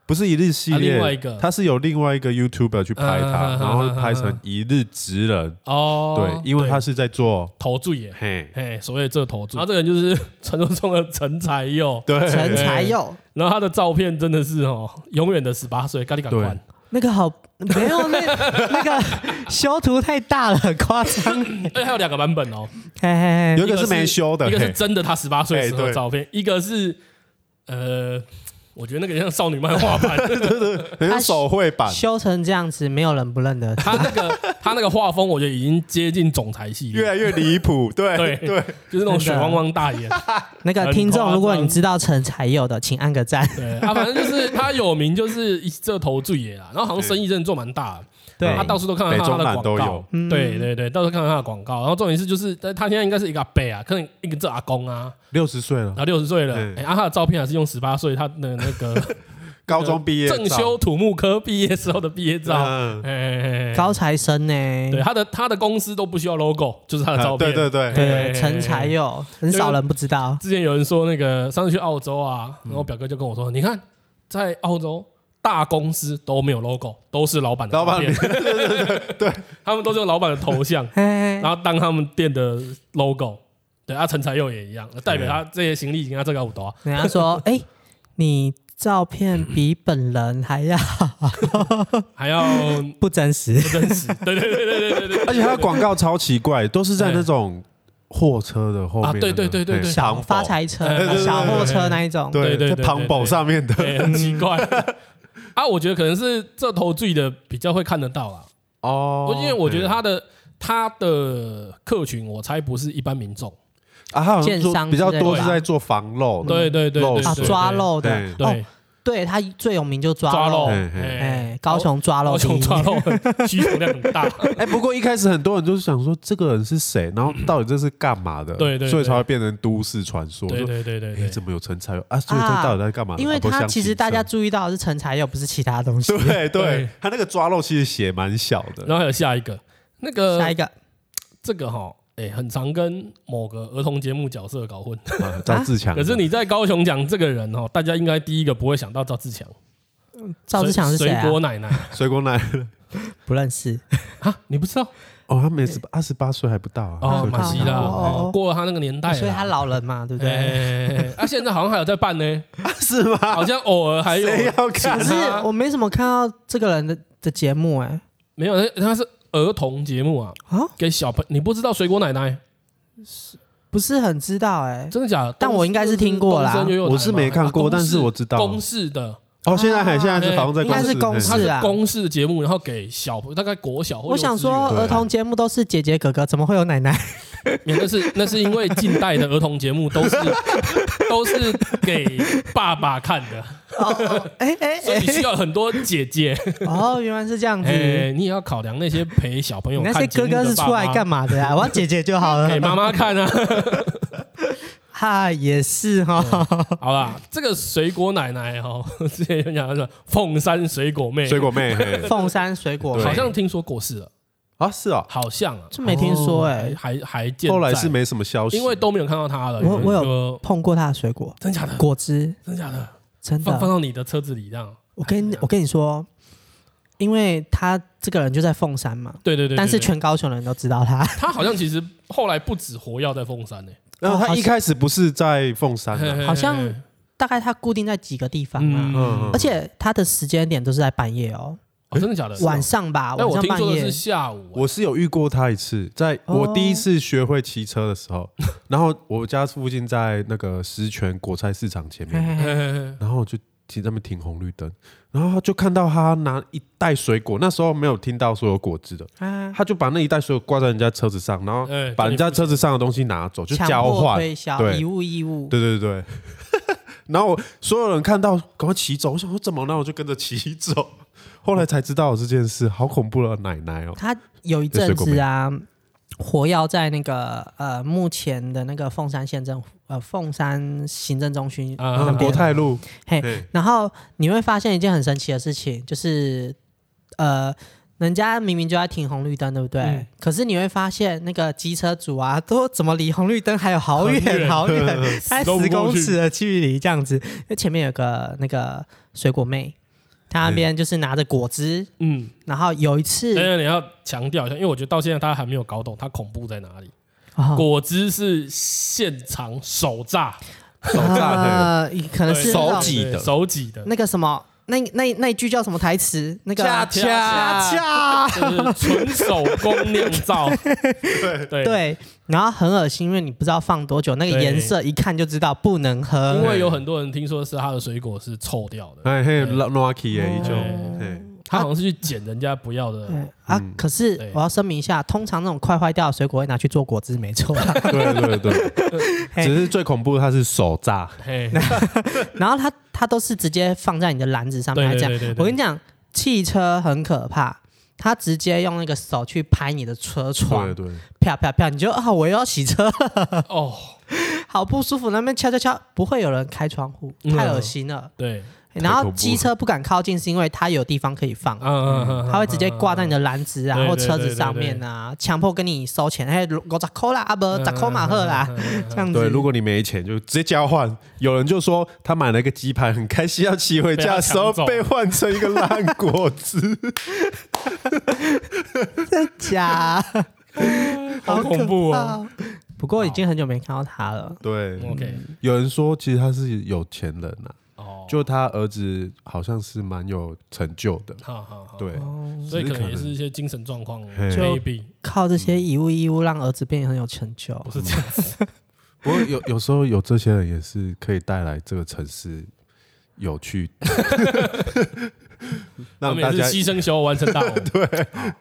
C: 不是一日系
A: 啊
C: 列，
A: 另外一个
C: 他是有另外一个 YouTuber 去拍他，
A: 嗯嗯嗯嗯嗯
C: 然后拍成一日职人，
A: 哦，
C: 对，因为他
A: 对
C: 是在做，
A: 头醉耶，
C: 嘿，
A: 哎，所谓这头醉。然后这个人就是传说中的陈才佑，
C: 对，
B: 陈才佑
A: 然后他的照片真的是哦，永远的十八岁，咖喱感官。
B: 那个好没有那那个修图太大了，很夸张。
A: 而且还有两个版本哦，
B: 嘿嘿
C: 有
B: 嘿，
C: 一个是没修的，
A: 一个是
C: 嘿
A: 真的他十八岁时候
C: 哎
A: 的
C: 对
A: 照片，一个是呃，我觉得那个像少女漫画版，
C: 很
A: 啊
C: 像手绘版，
B: 修成这样子，没有人不认得。
A: 他那个他那个画风，我觉得已经接近总裁系
C: 越
A: 列，
C: 来越离 谱，对
A: 对
C: 对，
A: 就是那种水汪汪大眼。
B: 那个听众，如果你知道陈才佑的，请按个赞。
A: 对，他反正就是他有名就是一这头醉野啦，然后好像生意真的做蛮大的，
B: 对
A: 他，到处都看得到
C: 北中
A: 他
C: 南
A: 的广
C: 都
A: 告
C: 有，
B: 嗯
A: 对对对，到处看到他的广告。然后重点是就是，但他现在应该是一个阿伯啊，可能一个这阿公啊，
C: 六十岁了
A: 然，后六十岁了，
C: 嗯
A: 哎、啊，他的照片还是用十八岁他的那个
C: 高中 毕业照
A: 正修土木科毕业时候的毕业照，哎、
C: 嗯
A: 哎
B: 高材生呢？
A: 对啊他的他的公司都不需要 logo，就是他的照
C: 啊
A: 片。
C: 对对对，
A: 哎
B: 对，陈才佑，很少人不知道。
A: 之前有人说那个上次去澳洲啊，
C: 嗯
A: 然后我表哥就跟我说，你看在澳洲。大公司都没有 logo，都是老板的
C: 老板
A: 照片他们都是用老板的头像，
B: 嘿嘿
A: 然后当他们店的 logo。对，啊，陈才佑也一样，代表他这些行李已经他这个五多，
B: 人家说，哎，你照片比本人还要
A: 还要不
B: 不真实。
A: 真 实。对对对对对对对，
C: 而且它的广告超奇怪，都是在那种货车的后面
A: 啊
C: 的那
A: 对
C: 个，
A: 对对对对
C: 嘿
B: 小
C: 唐
B: 发
C: 宝
B: 财车
A: 对对、对
B: 小货车那一种。
A: 对
C: 对
A: 对
C: 在
A: 对
C: 庞宝上面的
A: 对哎很奇怪。啊，我觉得可能是这头醉的比较会看得到啦，
C: 哦
A: 因为我觉得
C: 他
A: 他的他的客群，我猜不是一般民众。
C: 啊，它好
B: 建
C: 像做
B: 商
C: 比较
B: 之类的
C: 多
B: 吧
C: 是在做防漏的，
A: 对对对
C: 嗯漏
A: 对，
B: 啊，
A: 对
B: 抓漏的，哦
C: 对
A: 对
B: 对他最有名就
A: 抓
B: 抓
A: 漏，
B: 漏，
C: 嘿嘿
A: 哎
B: 哎，高雄抓漏
A: 高
B: 第一，
A: 雄抓漏，需求量很 大。
C: 哎，不过一开始很多人就是想说这个人是谁，然后到底这是干嘛的，
A: 对对对
C: 所以才会变成都市传说。
A: 对
C: 就
A: 对对对
C: 哎，
A: 对，
C: 怎么有成才啊？所以
B: 啊
C: 他到底在干嘛？
B: 因为
C: 啊不
B: 他
C: 相
B: 其实
C: 信
B: 大家
C: 这
B: 注意到的是陈才佑，不是其他东西。
C: 对
A: 对
C: 对，他那个抓漏其实血蛮小的，
A: 然后还有下一个，那个
B: 下一个
A: 这个哈，哎、很常跟某个儿童节目角色搞混。
C: 啊赵自强。
A: 可是你在高雄讲这个人哦，大家应该第一个不会想到赵自强。
B: 赵志强是谁啊
A: 水？果奶奶
C: 水果奶
B: 不认识。
A: 啊，你不知道
C: 哦，他没十二十八岁还不到啊，
A: 哦，
C: 水果
A: 马
B: 可
A: 西
B: 惜
C: 奶
A: 啦，
B: 了
A: 哦
B: 哦
A: 过了他那个年代了，
B: 所以他老人嘛，对不对？
A: 哎，啊，现在好像还有在办 呢，
C: 是吗？
A: 好像偶尔还有
C: 谁要
A: 请
C: 看
B: 可是
A: 哎他
B: 我没怎么看到这个人的的节目，哎，
A: 没有，他是儿童节目啊，
B: 啊，
A: 给小朋你不知道水果奶奶
B: 不是很知道，哎，
A: 真的假的？
B: 但我应该是听过啦
A: 东森幼幼台嘛
C: 我是没看
A: 啊
C: 过
A: 公
C: 但是
A: 视
C: 我知道
A: 公式的，
C: 哦，现在还现在是好像在
B: 应该是
C: 公
B: 公
C: 司
A: 它
B: 是
A: 是
B: 啊
A: 公式节目，然后给小朋友大概国小或
B: 我想说，
C: 对
B: 儿童节目都是姐姐哥哥，怎么会有奶奶？
A: 没有那是那是因为近代的儿童节目 都是都是给爸爸看的，
B: 哎哎
A: 所以需
B: 哎，
A: 要很多姐姐。
B: 哦，原来是这样子。
A: 哎，你也要考量那些陪小朋友
B: 你那
A: 看
B: 些
A: 节
B: 哥
A: 目的
B: 哥是出来
A: 爸妈
B: 干嘛 的呀、啊？我要姐姐就好了。
A: 给妈 妈看啊！
B: 哈，也是哈、
A: 好啦，这个水果奶奶哦， 之前有讲说凤山水果妹，
C: 水果妹嘿
B: 凤山水果
C: 对
A: 好
B: 妹，
A: 像听说过世了，
C: 啊，是哦，
A: 好像啊，
B: 这没听说哎、
A: 还还还健在
C: 后来是没什么消息，
A: 因为都没有看到他了。
B: 我我有
A: 有
B: 碰过他的水果
A: 真假的，
B: 果汁，
A: 真假的，
B: 真
A: 放放
B: 的。啊
A: 到你的车子里这样。
B: 我跟你我跟你说，因为他这个人就在凤山嘛，
A: 对对对对，
B: 但
A: 对
B: 是全高雄人都知道他。
A: 他好像其实后来不止活药在凤 山呢，
C: 然后他一开始不是在凤山啊，
B: 好像大概他固定在几个地方啊，
A: 嗯
C: 嗯，
B: 而且他的时间点都是在半夜哦，
A: 哦真的
C: 呃
A: 假的？
B: 晚上吧，
A: 但
B: 晚
A: 我
B: 上
A: 听
B: 半
A: 说的
B: 夜
A: 是。下午啊，
C: 我是有遇过他一次，在我第一次学会骑车的时
A: 哦
C: 候，然后我家附近在那个石泉果菜市场前
B: 嘿
C: 面，
B: 嘿
A: 嘿嘿
B: 嘿
A: 嘿
C: 然后我就停在那边停红绿灯，然后就看到他拿一袋水果，那时候没有听到说有果汁的，
B: 啊，
C: 他就把那一袋水果挂在人家车子上，然后
A: 嗯哎
C: 把人家车子上的东西拿走，就
B: 强
C: 交
B: 迫
C: 换，
B: 推销
C: 对
B: 以物易物，
C: 对对对。 然后我所有人看到，赶快骑走。我想说怎么了，然后我就跟着骑走。后来才知道有这件事，好恐怖的奶奶哦！
B: 他有一阵子啊，活跃在那个呃目前的那个凤山县政府呃凤山行政中心
A: 啊
B: 那
C: 啊
B: 边
C: 国泰路，
B: 嘿
C: 对
B: 然后你会发现一件很神奇的事情，就是呃，人家明明就在停红绿灯，对不对？
A: 嗯
B: 可是你会发现那个机车主啊，都怎么离红绿灯还有好
A: 很
B: 远
A: 远
B: 好远，才
A: 都不
B: 十
A: 过
B: 公
A: 去
B: 尺的距离这样子。因为前面有个那个水果妹，她那边就是拿着果汁，
A: 嗯，
B: 然后有一
A: 但
B: 次，
A: 是你要强调一下，因为我觉得到现在大家还没有搞懂它恐怖在哪里。
B: 哦
A: 果汁是现场手榨，
C: 手炸的，
B: 呃，啊可能是那
C: 手
B: 种
C: 挤的
A: 手挤的，
B: 那个什么，那那那一句叫什么台词？那个
C: 恰恰
B: 恰恰，
A: 就是纯手工酿造。对对，
B: 对。然后很恶心，因为你不知道放多久，那个
A: 对
B: 颜色一看就知道不能喝
A: 因。为有很多人听说是他的水果是臭掉
B: 嗯
A: 的，
C: 哎嘿，lucky 耶，依旧
A: 哦，
C: 嘿
A: 他好像是去捡人家不要的。
B: 对啊，可是
A: 嗯对
B: 我要声明一下，通常那种快坏掉的水果会拿去做果汁，没错。
C: 对对对，
B: 嘿
C: 只是最恐怖的它是手炸，
A: 嘿，
B: 然后它它都是直接放在你的篮子上面，
A: 对
B: 还
A: 对
B: 这样
A: 对对，对
B: 我跟你讲，汽车很可怕，它直接用那个手去拍你的车窗
C: 对，对，
B: 啪啪啪，你就啊，我又要洗车了，
A: 哦，
B: 好不舒服，那边敲敲敲，不会有人开窗户，
A: 嗯
B: 太恶心了。
A: 对，
B: 然
C: 太
B: 后
C: 恐怖
B: 机
C: 了
B: 车不敢靠近，是因为它有地方可以放
A: 嗯，嗯嗯，
B: 它会直接挂在你的篮子啊
A: 对
B: 或
A: 对
B: 车子
A: 对
B: 上
A: 对
B: 面啊，强迫跟你收钱，哎，我咋扣啦，啊不，咋扣马赫啦，这样子。
C: 对，如果你没钱就直接交换。有人就说他买了一个鸡排，很开心，要骑回家的时候
A: 被他抢走
C: 被换成一个烂果汁，
B: 假，
A: 好恐怖哦。
B: 好可怕！不过已经很久没看到他了。
C: 对，
A: OK，
C: 有人说，其实他是有钱人呐、
A: 哦，
C: 就他儿子好像是蛮有成就的，
A: 好好好，，
C: 对，
A: 所以
C: 只
A: 可
C: 是
A: 能也是一些精神状况
C: 嘿
A: ，maybe
B: 靠这些以物易物，让儿子变得很有成就。
A: 不是这样子。
C: 不过有有时候有这些人也是可以带来这个城市有 趣，
A: 他
C: 让大
A: 们也
C: 家
A: 是牺牲小我完成大我。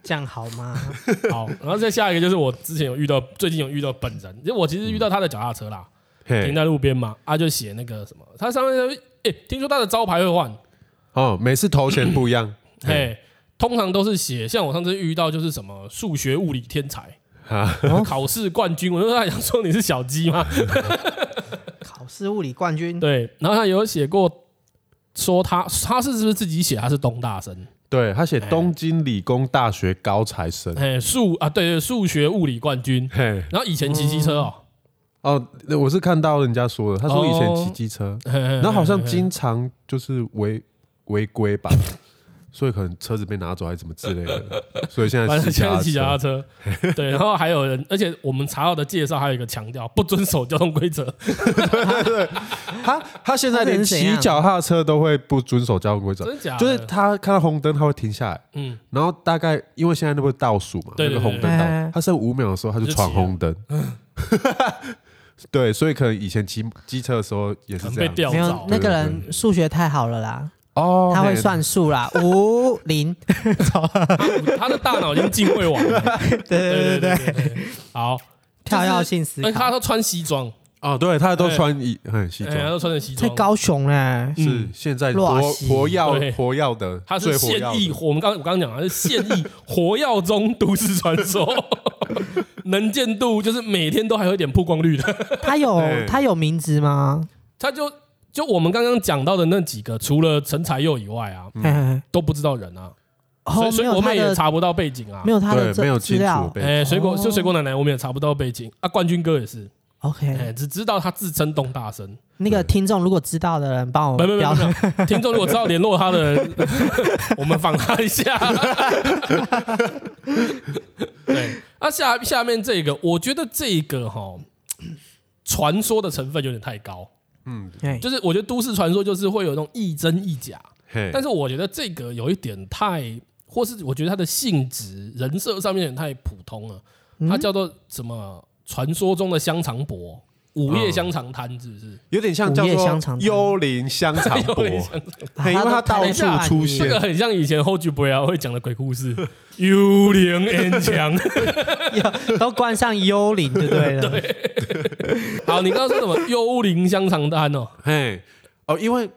B: 这样好吗？
A: 好，然后再下一个就是我之前有遇到，最近有遇到本人，因为我其实遇到他的脚踏车啦，停
C: 嘿
A: 在路边嘛，他就写那个什么，他上面就哎，听说他的招牌会换，
C: 哦，每次头衔不 一样，
A: 嘿，通常都是写，像我上次遇到就是什么数学物理天才。
C: 啊，
A: 考试冠军，我就在想说你是小鸡吗？
B: 考试物理冠军，
A: 对，然后他有写过说他他是是不是自己写他是东大生？
C: 对他写东京理工大学高材生，
A: 哎，数啊，对对，数学物理冠军。
C: 嘿，
A: 然后以前骑机车哦，
C: 哦，那我是看到人家说的，他说以前骑机车，
A: 然
C: 然后好像经常就是违违规吧，所以可能车子被拿走还是怎么之 类的，所以现在
A: 反
C: 骑
A: 正现在骑脚
C: 脚
A: 踏
C: 踏车
A: 车，对，然后还有人，而且我们查到的介绍还有一个强调不遵守交通规则，
C: 他他现在连
B: 他是怎
C: 骑
B: 样
C: 脚踏车都会不遵守交通规则
A: 真，的假的？
C: 就是他看到红灯他会停下来，
A: 嗯，
C: 然后大概因为现在那不是倒数嘛，
A: 对
C: 那
A: 对
C: 个
A: 对
C: 红灯倒
B: 对
C: 数，他剩五秒的时候他就闯红灯， 对，所以可能以前骑机车的时候也
A: 可能
C: 是这
A: 被调
C: 样
B: 没
A: 走
B: 有。那个
C: 对对
B: 人数学太好了啦，
C: 哦，
B: 他会
C: 嘿
B: 算数啦，五零，
A: 他的大脑已经进会网了。
B: 对 对对对，
A: 对对， 好，
B: 跳跃性思
A: 而且
B: 考。
A: 他都穿西装，
C: 哦，对他都穿一很西
A: 哎，他
C: 装，
A: 都穿着西
B: 在
A: 装。
B: 高雄嘞，
C: 是现在活
B: 热死
C: 活
A: 对
C: 跃活跃的，
A: 他
C: 最
A: 是
C: 活
A: 现
C: 跃
A: 役，
C: 的
A: 我们刚我刚刚讲啊了，是现 役活跃中都市传说，能见度就是每天都还有一点曝光率的。
B: 他有
C: 对
B: 他有名字吗？
A: 他就就我们刚刚讲到的那几个，除了陈才佑以外啊，
B: 嘿嘿嘿
A: 都不知道人啊，
B: 哦，
A: 所以
B: 没
A: 水
B: 有
A: 果
B: 他
A: 妹也
B: 的，
A: 查不到背景啊
B: 没。有他的
C: 对，没有
B: 这
C: 清
B: 资
C: 楚
B: 料。
C: 被
A: 哎，水果
B: 哦
A: 就水果奶奶，我们也查不到背景啊。冠军哥也是，
B: OK，
A: 哎，只知道他自称东大生。
B: 那个听众如果知道的人，帮我
A: 没没没
B: 标
A: 没，没 听众如果知道联络他的 人，我们访他一下。对，那、下下面这个，我觉得这个哈，传说的成分有点太高，
B: 哎
A: 就是我觉得都市传说就是会有那种亦真亦假，
C: 嘿
A: 但是我觉得这个有一点太，或是我觉得它的性质人设上面有点太普通了，它叫做什么？传说中的香肠伯，午夜香肠摊子是
C: 有点像叫
B: 午夜香肠
C: 做
B: 摊
C: 幽灵香肠
A: 不是，
C: 博
A: 有，点像
B: 啊
C: 嘿因为它
B: 都
C: 到
B: 太
C: 处
B: 叛逆
C: 出现
A: 这个很像以前 Hold 不要会讲的鬼故事， 幽灵 N 墙。
B: 了都冠上幽灵就 对了。
A: 好，你刚刚说什么幽灵香肠摊哦？
C: 嘿，哦，因为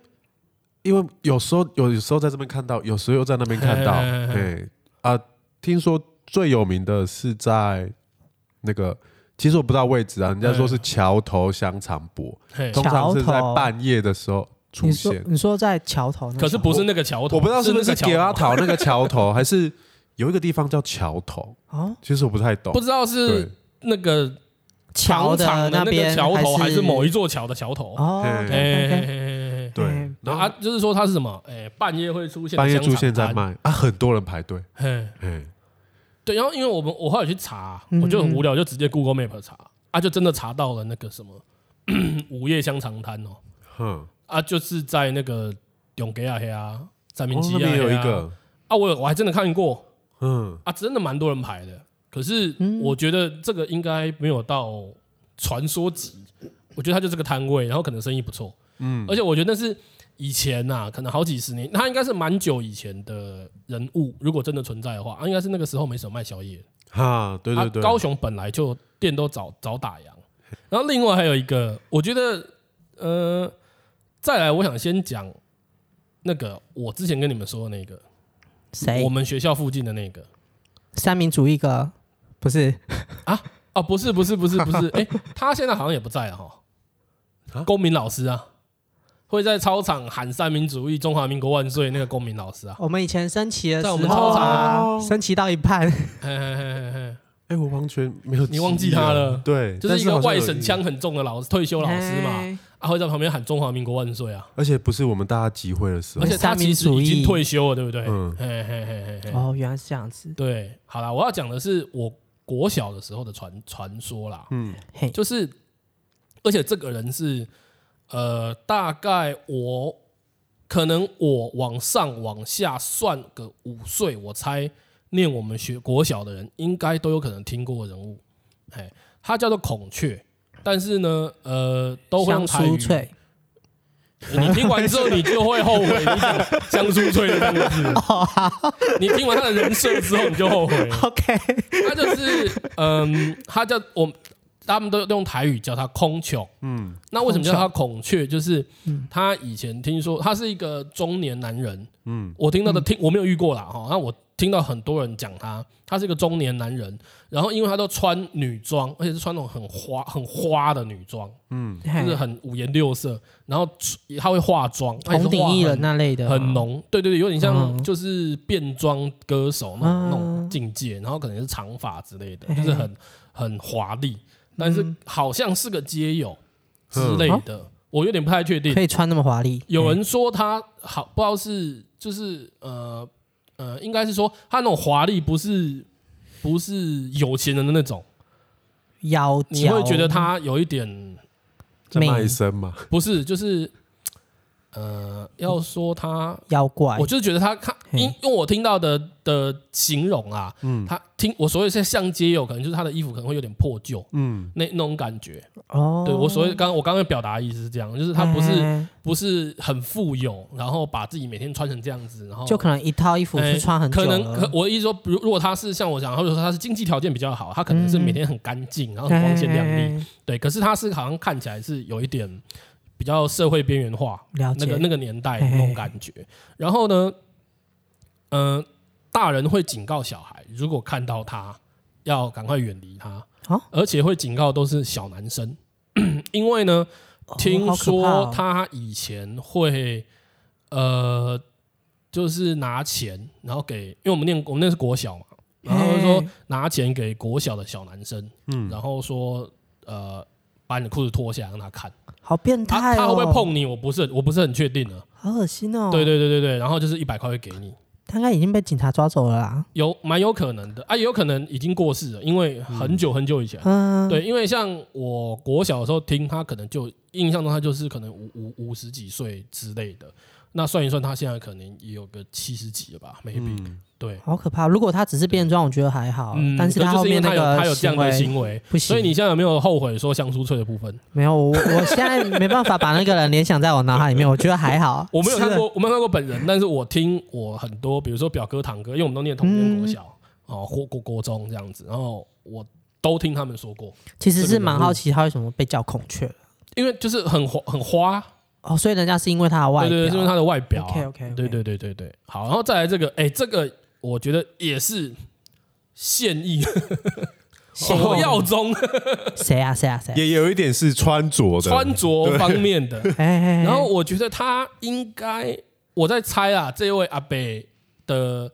C: 因为有时候有有时候在这边看到，有时候又在那边看到，
A: 嘿嘿嘿
C: 嘿啊，听说最有名的是在那个，其实我不知道位置啊，人家说是桥头香肠博，
A: 嘿
C: 通常是在
B: 桥头
C: 半夜的时候出
B: 你说
C: 现，
B: 你说在桥头那个桥头，
A: 可是不是那个桥头，
C: 我不知道是不
A: 那
C: 是
A: 个
C: 给
A: 桥
C: 阿
A: 头，
C: 桃那个桥头， 还是有一个地方叫桥头，
B: 哦，
C: 其实我不太懂
A: 不，知道
C: 对
A: 是那个
B: 桥
A: 长长
B: 的
A: 的那
B: 边
A: 个桥头，还
B: 是
A: 是某一座桥的桥头？
B: 哦
C: 嘿
A: 哎哎哎
B: ，OK，OK，
A: 哎
C: 对
B: 嗯，
A: 然
C: 然后
A: 后啊，就是说它是什么？哎，半夜会出现的
C: 半夜出
A: 香肠
C: 现在
A: 摊。
C: 卖啊，很多人排队，
A: 嘿，
C: 嘿，
A: 对，然后因为我们我后来去查，啊
B: 嗯
A: 我就很无聊，就直接 Google Map 查，啊，就真的查到了那个什么 午夜香肠摊哦，
C: 哼，
A: 啊，就是在那个永吉亚黑啊，三明
C: 哦
A: 基亚
C: 那边有一
A: 黑啊
C: 个，
A: 啊，我有我还真的看过，
C: 嗯，
A: 啊，真的蛮多人排的。可是我觉得这个应该没有到传说级，我觉得它就这个摊位，然后可能生意不错。嗯，而且我觉得那是以前呐、可能好几十年，他应该是蛮久以前的人物，如果真的存在的话，啊，应该是那个时候没什么卖宵夜的。
C: 哈，对对对，
A: 啊，高雄本来就店都早早打烊。然后另外还有一个，我觉得呃，再来我想先讲那个我之前跟你们说的那个，
B: 谁
A: 我？们学校附近的那个。
B: 三民主义个不是
A: 哦，不是不是不是不 是，哎、他现在好像也不在了哈。
C: 啊
A: 公民老师啊，会在操场喊三民主义、中华民国万岁那个公民老师啊，
B: 我们以前升旗的时
A: 在我们
B: 候
A: 操场
B: 啊，
C: 啊
B: 升旗到一半，
A: 嘿嘿嘿嘿嘿
C: 哎、我完全没有记忆
A: 你
C: 了，
A: 忘记他了
C: 对，
A: 就是
C: 但
A: 一个
C: 好像
A: 外
C: 有
A: 省
C: 印
A: 腔，很重的老师，退休老师嘛，
B: 嘿，
A: 啊，会在旁边喊中华民国万岁啊，
C: 而且不是我们大家集会的时候
A: 而，且他
B: 三民
A: 其实
B: 主
A: 已
B: 义
A: 经退休了，对不对？
C: 嗯
A: 嘿嘿嘿嘿嘿，
B: 哦，原来是这样子，
A: 对，好啦，我要讲的是我国小的时候的传传说啦，
C: 嗯，
B: 嘿，
A: 就是，而且这个人是，呃，大概我可能我往上往下算个五岁，我猜念我们学国小的人应该都有可能听过的人物。哎，他叫做孔雀，但是呢，呃，都会用
B: 香
A: 台语
B: 酥。脆
A: 你听完之后，你就会后悔你讲香酥脆的那个 字。
B: 哦
A: 你听完他的人设之后，你就后悔了。
B: ，OK，
A: 他就是嗯，他叫我他们都用台语叫他空琼，嗯，那为什么叫他孔雀？就是
B: 嗯
A: 他以前听说他是一个中年男人，嗯，我听到的听我没有遇过啦哈，那我听到很多人讲他，他是一个中年男人，然后因为他都穿女装，而且是穿那种很花很花的女装，
B: 嘿
A: 就是很五颜六色，然后他会化妆，他也是
B: 红顶
A: 化
B: 艺
A: 很
B: 人那类的，
A: 很浓，对对对，有点像
B: 啊嗯
A: 就是变装歌手那种
B: 嗯
A: 那种境界，然后可能是长发之类的，就是很很华丽，
B: 嗯
A: 但是好像是个街友之类的，我有点不太确定
B: 嗯可。以穿那么华丽，
A: 有人说他好，不知道是就是呃呃，应该是说他那种华丽不是不是有钱人的那种，
B: 腰脚，
A: 你会觉得他有一点
C: 在
B: 命
C: 卖身嘛，
A: 不是就是呃，要说他
B: 妖怪
A: 我，就是觉得他看，
B: 嘿嗯
A: 因因为我听到的的形容啊，他听我所谓是像街友，可能就是他的衣服可能会有点破旧，
C: 嗯，
A: 那那种感觉。
B: 哦，嗯
A: 对我所谓刚我刚刚表达的意思是这样，就是他不是
B: 嘿
A: 不是很富有，然后把自己每天穿成这样子，然后
B: 就可能一套衣服
A: 哦哎
B: 是穿很久
A: 可
B: 了，
A: 能可我的意思说，比如如果他是像我讲，或者说他是经济条件比较好，他可能
B: 嗯
A: 是每天很干净，
B: 哦
A: 然后
C: 哎
A: 很光鲜亮丽，
B: 丽，
A: 对。可是他是好像看起来是有一点比较社会边缘化，那
B: 了解
A: 个那个年代的那种感觉。然后呢，嗯、大人会警告小孩，如果看到他，要赶快远离他
B: 啊，
A: 而且会警告都是小男生， 因为呢，
B: 哦
A: 听
B: 好可怕
A: 说
B: 哦
A: 他以前会呃，就是拿钱，然后给，因为我们念我们那是国小嘛，然后说
B: 嘿
A: 拿钱给国小的小男生，嗯，然后说呃。把你的裤子脱下来让他看，
B: 好变
A: 他
B: 态哦，
A: 他会不会？碰你？我不是我不是很确定啊。
B: 好恶心哦！
A: 对，对对对对，然后就是一百块会给你，
B: 他应该已经被警察抓走了啦。
A: 有蛮有可能的啊，也有可能已经过世了，因为很久很久以前。
B: 嗯，
A: 对，因为像我国小的时候听他，可能就印象中他就是可能五五五十几岁之类的，那算一算，他现在可能也有个七十几了吧，maybe、
C: 嗯，
A: 对，
B: 好可怕！如果他只是变装，我觉得还好，
A: 嗯，
B: 但是
A: 可
B: 他
A: 就
B: 后
A: 是因为
B: 面
A: 他
B: 那
A: 有
B: 个
A: 他有这样的
B: 行为
A: 行为，
B: 不行。
A: 所以你现在有没有后悔说香酥脆的部分？。
B: 没有我，我现在没办法把那个人联想在我脑海里面，我觉得还好
A: 我没有
B: 吃了
A: 看过，我没有看过本人，但是我听我很多，比如说表哥、堂哥，因为我们都念同间国小
B: 嗯
A: 哦，或国国中这样子，然后我都听他们说过，
B: 其实
A: 这个
B: 是
A: 人
B: 蛮
A: 物
B: 好奇他为什么被叫孔雀
A: 因为就是很花很花，
B: 哦，所以人家是因为他的外
A: 对
B: 表，
A: 对，对，就是他的外表啊、
B: OK，OK，OK
A: 对对对对对，好，然后再来这个，哎，这个我觉得也是现役
B: 现
A: 火药中
B: 谁啊谁啊谁啊？
C: 也有一点是穿着的
A: 穿着方面的，
B: 哎哎，哎
A: 然后我觉得他应该，我在猜啊，这位阿北的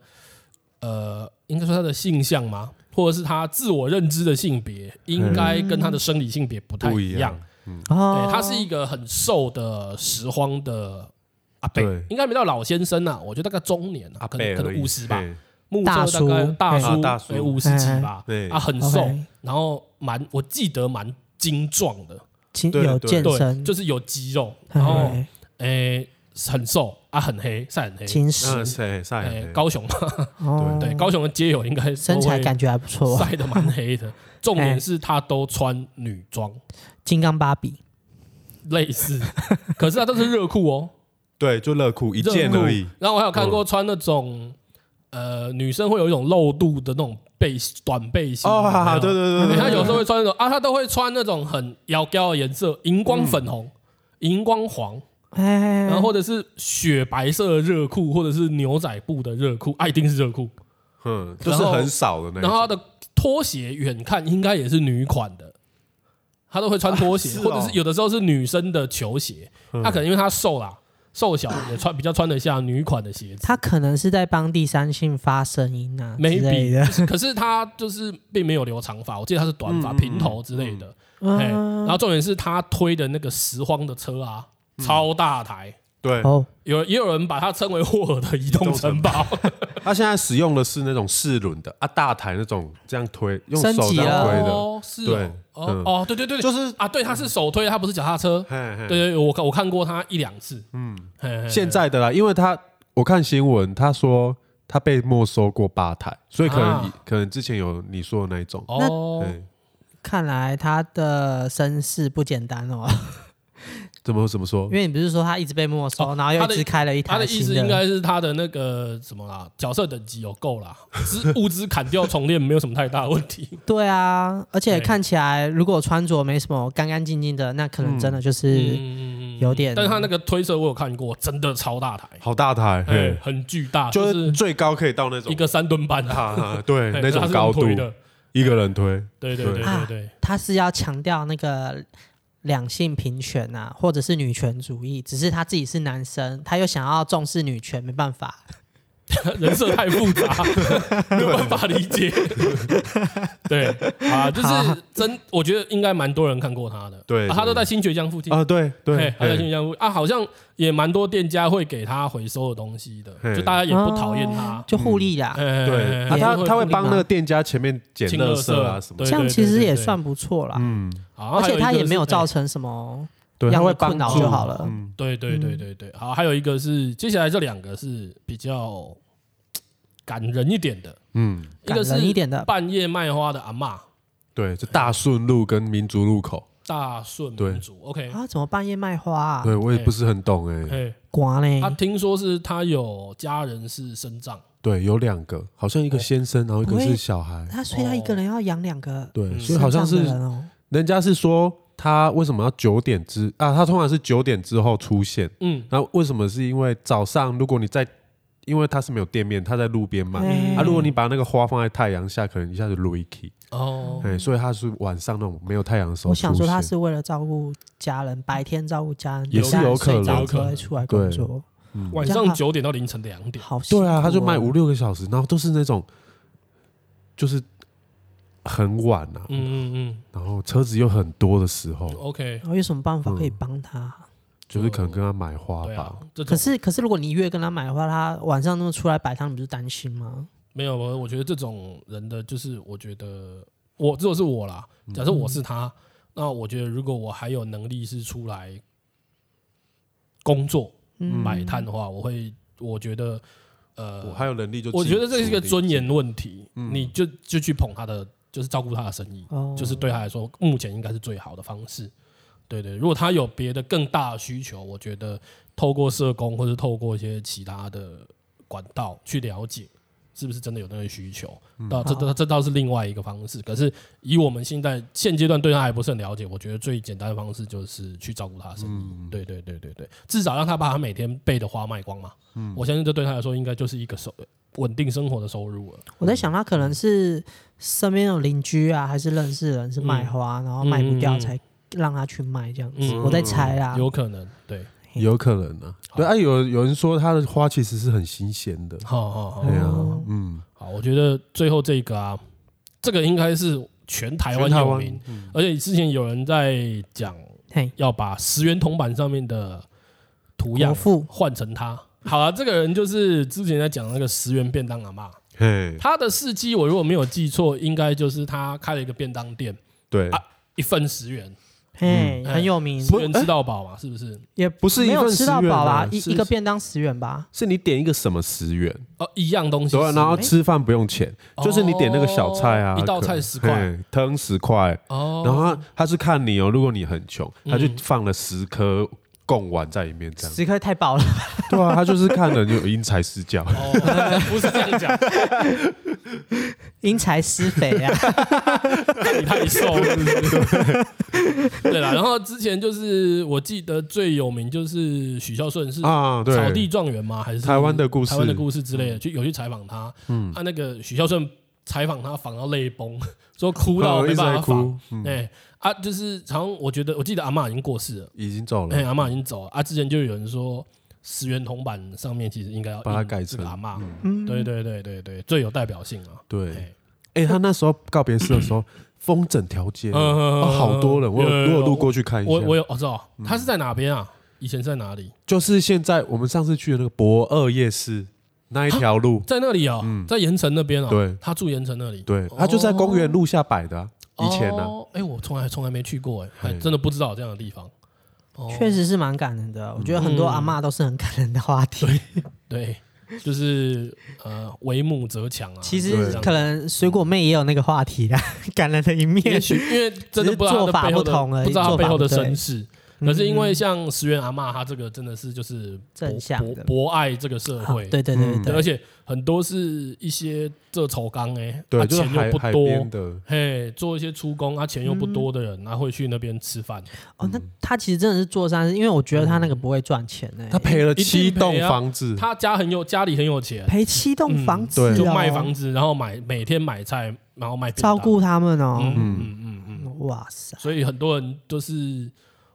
A: 呃，应该说他的性向吗？或者是他自我认知的性别，应该跟他的生理性别不太
C: 不
A: 一
C: 一
A: 样
C: 样。。
B: 哦
A: 嗯对，，他是一个很瘦的拾荒的阿北
C: 对，
A: 应该没到老先生啊，我觉得大概中年啊，可能
C: 贝
A: 可
C: 而
A: 能
C: 已
A: 五十吧，
C: 嘿
A: 目测大概大
B: 大
A: 叔
B: 叔
A: 哎
C: 啊大叔
A: 五十几吧，
C: 对
A: 啊，很
B: OK
A: 瘦，然后蛮我记得蛮精壮的，
B: 亲
C: 对
B: 有
C: 对
B: 健
A: 对，
B: 身，
A: 就是哦有肌肉，
B: 哎
A: 然后。诶、很瘦啊，很黑，晒很黑，
B: 侵
C: 嗯，
B: 蚀
C: 晒晒
A: 诶、
C: 很黑
A: 高雄
B: 哦，
A: 呃对高雄的街友应该都会
B: 身材感觉还不错，
A: 晒的蛮黑的。重点
B: 哎
A: 是他都穿女装，
B: 金刚芭比
A: 类 似，可是他都是热裤哦，
C: 对，就热裤一
A: 热
C: 件
A: 裤
C: 而已，嗯
A: 然后我还有看过穿那种、呃女生会有一种露肚的那种背短背心
C: 哦，哈哈对对对对，
A: 他有时候会穿那种啊，他都会穿那种很妖娇的颜色，荧光粉红、
C: 嗯
A: 荧光黄，
B: 哎哎，哎
A: 然后或者是雪白色的热裤，或者是牛仔布的热裤，啊，一定是热裤。
C: 嗯，就是很少的那一种，
A: 然后他的拖鞋远看应该也是女款的，他都会穿拖鞋，
C: 啊是哦
A: 或者是有的时候是女生的球鞋。
C: 嗯
A: 他可能因为他瘦啦，瘦小也穿比较穿得下女款的鞋子。
B: 他可能是在帮第三性发声音啊之
A: maybe
B: 类的，
A: 就是可是他就是并没有留长发，我记得他是短发、
C: 嗯嗯
A: 平头之类的。哎，然
B: 嗯，
A: 后重点是他推的那个拾荒的车啊，超大台。
C: 对，
B: 哦，
A: 有也有人把它称为霍尔的移动城堡，
C: 他现在使用的是那种四轮的啊，大台那种这样推，用
B: 升
C: 手
B: 级
C: 这样
B: 了
C: 推的，
A: 哦，是
C: 对
A: 哦，哦
C: 嗯
A: 哦，对对对，对
C: 就是
A: 啊，对，他是手推，他不是脚踏车。
C: 嘿嘿
A: 对对，对我看我看过他一两次。嗯，
C: 现在的啦，因为他我看新闻，他说他被没收过八台，所以可能、
A: 啊
C: 可能之前有你说的那一种，
A: 哦，
C: 对，
B: 看来他的身世不简单哦，
A: 嗯
C: 怎么怎么说
B: 因？为你不是说他一直被没收，
A: 哦
B: 然后又
A: 他
B: 一
A: 的
B: 直开了一
A: 他
B: 台
A: 的意
B: 新
A: 思应该是他的那个什么啦，角色等级有够啦，资物资砍掉重练没有什么太大的问题。
B: 对啊，而且
A: 对
B: 看起来如果穿着没什么干干净净的，那可能真的就是
A: 嗯，
B: 有点。
A: 但是他那个推车我有看过，真的超大台，
C: 好大
A: 哎
C: 台，嘿，
A: 很巨大，就
C: 就
A: 是是
C: 最高可以到那种
A: 一个三吨半啊，
C: 啊啊， 对
A: 哎
C: 那
A: 它
C: 种
A: 是用
C: 高度，
A: 推的。
C: 一个人推，
A: 对对对
C: 对
A: 对对，
B: 他是要强调那个两性平权呐、或者是女权主义，只是他自己是男生，他又想要重视女权，没办法。
A: 人设太复 杂，没有办法理解。对 啊，就是真，我觉得应该蛮多人看过他的。
C: 对
A: 啊他都
C: 对
A: 在新学江附近。
C: 啊，对对
A: 嘿，他在新学
C: 嘿
A: 江附近啊，好像也蛮多店家会给他回收的东西的，
C: 嘿
A: 就大家也不讨厌他
B: 哦。就互利啦。
A: 哎
C: 对，啊
A: 也
C: 他他会
A: 不
C: 帮那个店家前面捡
A: 清垃
C: 垃
A: 圾
C: 圾啊什么
A: 对
C: 的，
B: 这样其实也算不错啦，
C: 嗯，
A: 好啊
B: 而且他也没有造。
A: 还一个是哎
B: 成什么
C: 对，他
B: 样
C: 会
B: 的
C: 帮
B: 困扰就
C: 助
B: 好了。
C: 嗯，
A: 对对对对对，好，还有一个是接下来这两个是比较感人一点的，
C: 嗯，
A: 一
B: 感
A: 个是
B: 人一点的
A: 半夜卖花的阿嬷
C: 对，就大顺路跟民族路口，
A: 大顺
C: 对
A: 民族，OK，
B: 啊，怎么半夜卖花啊？
C: 对我也
A: 哎
C: 不是很懂哎，
A: 哎，
B: 瓜
A: 他
B: 嘞，
A: 听说是他有家人是身障，
C: 对，有两个，好像一个先生，然后一个
B: 不
C: 是
B: 会
C: 小孩，
B: 他所以他一个人要养两个
C: 对，
A: 嗯
C: 所以好像
B: 身
C: 是
B: 障的人哦。
C: 人家是说他为什么要九点之啊？他通常是九点之后出现，
B: 哦
A: 嗯，
C: 那为什么？是因为早上如果你在，因为他是没有店面，他在路边卖。
B: 哎
C: 啊，如果你把那个花放在太阳下，可能一下就 l u i k
A: 哦，
C: 哎，所以他是晚上那种没有太阳的时候
B: 我
C: 出现。
B: 想说，他是为了照顾家人，白天照顾家人，
C: 也
A: 是有可能
B: 家人睡着之后再出来工作，
A: 晚
B: 比较
A: 上
B: 好
A: 九点到凌晨两点，
B: 好辛苦哦
C: 嗯对啊，他就卖五六个小时，然后都是那种，就是很晚啊，
A: 嗯嗯
C: 然后车子又很多的时候
A: 嗯，，OK，
B: 然后有什么办法可以
C: 嗯
B: 帮他？
C: 就是可能跟他买花
A: 对啊
C: 吧。，
A: 这种
B: 可是可是如果你越跟他买的话，他晚上那么出来摆摊，你不是担心吗？
A: 没有，我我觉得这种人的就是，我觉得我如果是我啦，
C: 嗯
A: 假设我是他，那我觉得如果我还有能力是出来工作，
B: 嗯
A: 买碳的话，我会我觉得呃，
C: 我还有能力就嗯
A: 我觉得这是一个尊严
C: 进
A: 问题，你就就去捧他的，就是照顾他的生意，
B: 哦
A: 就是对他来说，目前应该是最好的方式。对对，如果他有别的更大的需求，我觉得透过社工或是透过一些其他的管道去了解，是不是真的有那个需求？
C: 嗯
A: 到这这这倒是另外一个方式。可是以我们现在现阶段对他还不是很了解，我觉得最简单的方式就是去照顾他的生意。
C: 嗯
A: 对对对对对，至少让他把他每天备的花卖光嘛。
C: 嗯
A: 我相信这对他来说应该就是一个收稳定生活的收入了。
B: 我在想，他可能是身边有邻居啊，还是认识人是卖花，然后卖不
A: 嗯
B: 掉
A: 嗯嗯
B: 才让他去卖这样子。
A: 嗯
B: 我在猜啊
C: 啊
B: 啦，
A: 有可能，对，
C: 有可能啊。对啊，有有人说他的花其实是很新鲜的，
A: 好好好
C: 对啊
B: 哦，
C: 嗯，
A: 好，我觉得最后这个啊，这个应该是全台湾
C: 全台
A: 有
C: 湾嗯
A: 名，而且之前有人在讲
B: 嘿，
A: 要把十元铜板上面的图样
B: 国父
A: 换成它。好了、这个人就是之前在讲那个十元便当阿妈，
C: 嘿，
A: 他的事迹我如果没有记错，应该就是他开了一个便当店，
C: 对
A: 啊一份十元，
B: 嘿，
A: 嗯
B: 很有名，
A: 十元吃到饱嘛，是不是？
B: 也
C: 不是一
B: 没有
C: 份
B: 吃到
C: 10元
B: 饱
C: 啊
B: 啦，一
C: 是
B: 一个便当十元吧。
C: 是你点一个什么十元，
A: 哦，一样东西
C: 对
A: 10
C: 啊，
A: 元，
C: 然后吃饭不用钱，就是你点那个小菜啊，
A: 哎哦一道菜
C: 可
A: 10块，
C: 嘿汤十块，
A: 哦，嗯
C: 然后他他是看你哦，如果你很穷，他就放了十颗贡丸在里面 这样，
B: 十颗太饱了，
C: 对啊，他就是看了就因材施教，
A: 哦， 不是这样讲，
B: 因材施肥啊！
A: 你太瘦了，是不是？对啦，然后之前就是我记得最有名就是许孝顺是
C: 啊，对，
A: 哦草地状元吗？还是
C: 台湾的故事嗯
A: 台湾的故事之类的，就有去采访他，嗯，他那个许孝顺采访他访到泪崩， 说哭到
C: 嗯
A: 没
C: 一直
A: 办
C: 在
A: 法访
C: 哭，，嗯，
A: 哎啊，就是好像我觉得我记得阿嬷已经过世了，
C: 已经走
A: 哎、
C: 了，
A: 阿嬷已经走了啊。之前就有人说，十元铜板上面其实应该要
C: 把它
A: 印
C: 改成
A: 这个阿嬷。
B: 嗯
A: 对对对对对，最有代表性啊。
C: 对，
A: 哎
C: 哎，他那时候告别式的 时候，风整条街，
A: 嗯嗯嗯
C: 哦好多人，我
A: 有有
C: 有
A: 有
C: 我有路过去看一
A: 我我
C: 下，嗯
A: 有我哦知道，他是在哪边啊？以前是在哪里？
C: 就是现在我们上次去的那个博二夜市那一条路，
A: 在那里啊、在盐城那边啊、
C: 嗯对
A: 他住盐城那里。
C: 对，他就在公园路下摆的啊，以前呢，
A: 哦，哎、我从来从来没去过、哎，还
C: 嘿
A: 真的不知道有这样的地方。哦
B: 确实是蛮感人的。啊我觉得很多阿嬷都是很感人的话题。
A: 对， 就是呃，为母则强啊。
B: 其
A: 就是
B: 实
A: 这样
B: 可能水果妹也有那个话题的， 感人的一
A: 也
B: 面。
A: 许因为真的不知道他
B: 做法
A: 的背后
B: 不
A: 的，
B: 同而已
A: 不知道他
B: 做
A: 背
B: 法
A: 后
B: 不
A: 的
B: 对嗯
A: 身世。可是因为像石原阿嬷，她这个真的是就是
B: 正
A: 博
B: 向
A: 博
B: 的
A: 博爱这个社
B: 啊
A: 会，
B: 对对对
C: 嗯
A: 对，而
B: 对，
A: 且很多是一些这丑刚哎，
C: 对，
A: 啊
C: 就是
A: 钱
C: 海
A: 又不
C: 海
A: 多
C: 边，的，
A: 嘿，做一些出工啊，钱又不多的人，他会去那边吃饭，
B: 哦，
A: 嗯
B: 那他其实真的是做善事，因为我觉得他那个不会赚钱欸呢。
C: 他赔了
A: 定
C: 七栋
A: 嗯赔啊
C: 房子，
A: 他家很有家里很有钱，
B: 赔七栋房子
C: 嗯
B: 哦，
C: 对
A: 就卖房子，然后买每天买菜，然后卖便当
B: 照顾他们
A: 嗯
B: 哦。
A: 嗯嗯嗯嗯，
B: 哇塞，
A: 所以很多人都是，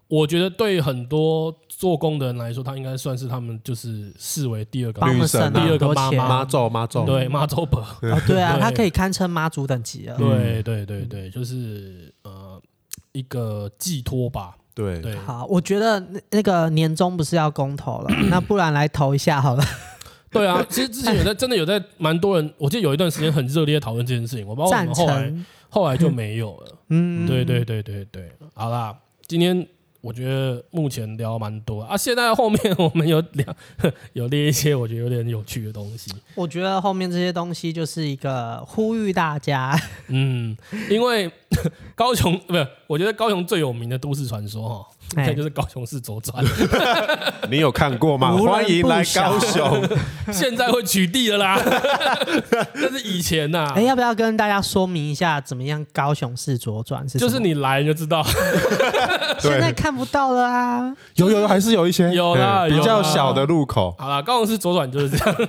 A: 我觉得对很多做工的人来说，他应该算是他们就是视为第二个
B: 帮我们
C: 女神
B: 省了
A: 第
B: 很
A: 二个
B: 多
A: 妈
B: 钱。
A: 妈
C: 妈咒妈咒，
A: 啊对妈周伯，
B: 哦，对啊，
A: 对
B: 他可以堪称妈祖等级了。
A: 对对对对，就是呃一个寄托吧，
C: 对
A: 对，
B: 好，我觉得那那个年终不是要公投了，那不然来投一下好了。
A: 对啊，其实之前有在真的有在蛮多人，我记得有一段时间很热烈地讨论这件事情，我不知道为什
B: 赞
A: 么后来
B: 成，
A: 后来就没有了。
B: 嗯，
A: 对对对对对，好啦，今天我觉得目前聊蛮多啊，现在后面我们有聊 有列一些我觉得有点有趣的东西，
B: 我觉得后面这些东西就是一个呼吁大家，
A: 嗯，因为 高雄不是，我觉得高雄最有名的都市传说哈，应该
B: 哎
A: 就是高雄市左转，
C: 你有看过吗？
B: 无人不
C: 欢迎来
B: 晓
C: 高雄，
A: 现在会取缔了啦， 但是以前啊呐、
B: 哎，要不要跟大家说明一下怎么样高雄市左转是什
A: 就
B: 么？
A: 是你来就知道，
B: 现在
C: 对，
B: 看不到了啊。
C: 有有有，还是有一些
A: 有啦
C: 对
A: 有
C: 比较
A: 啦
C: 小的路口，
A: 好了，高雄市左转就是这样。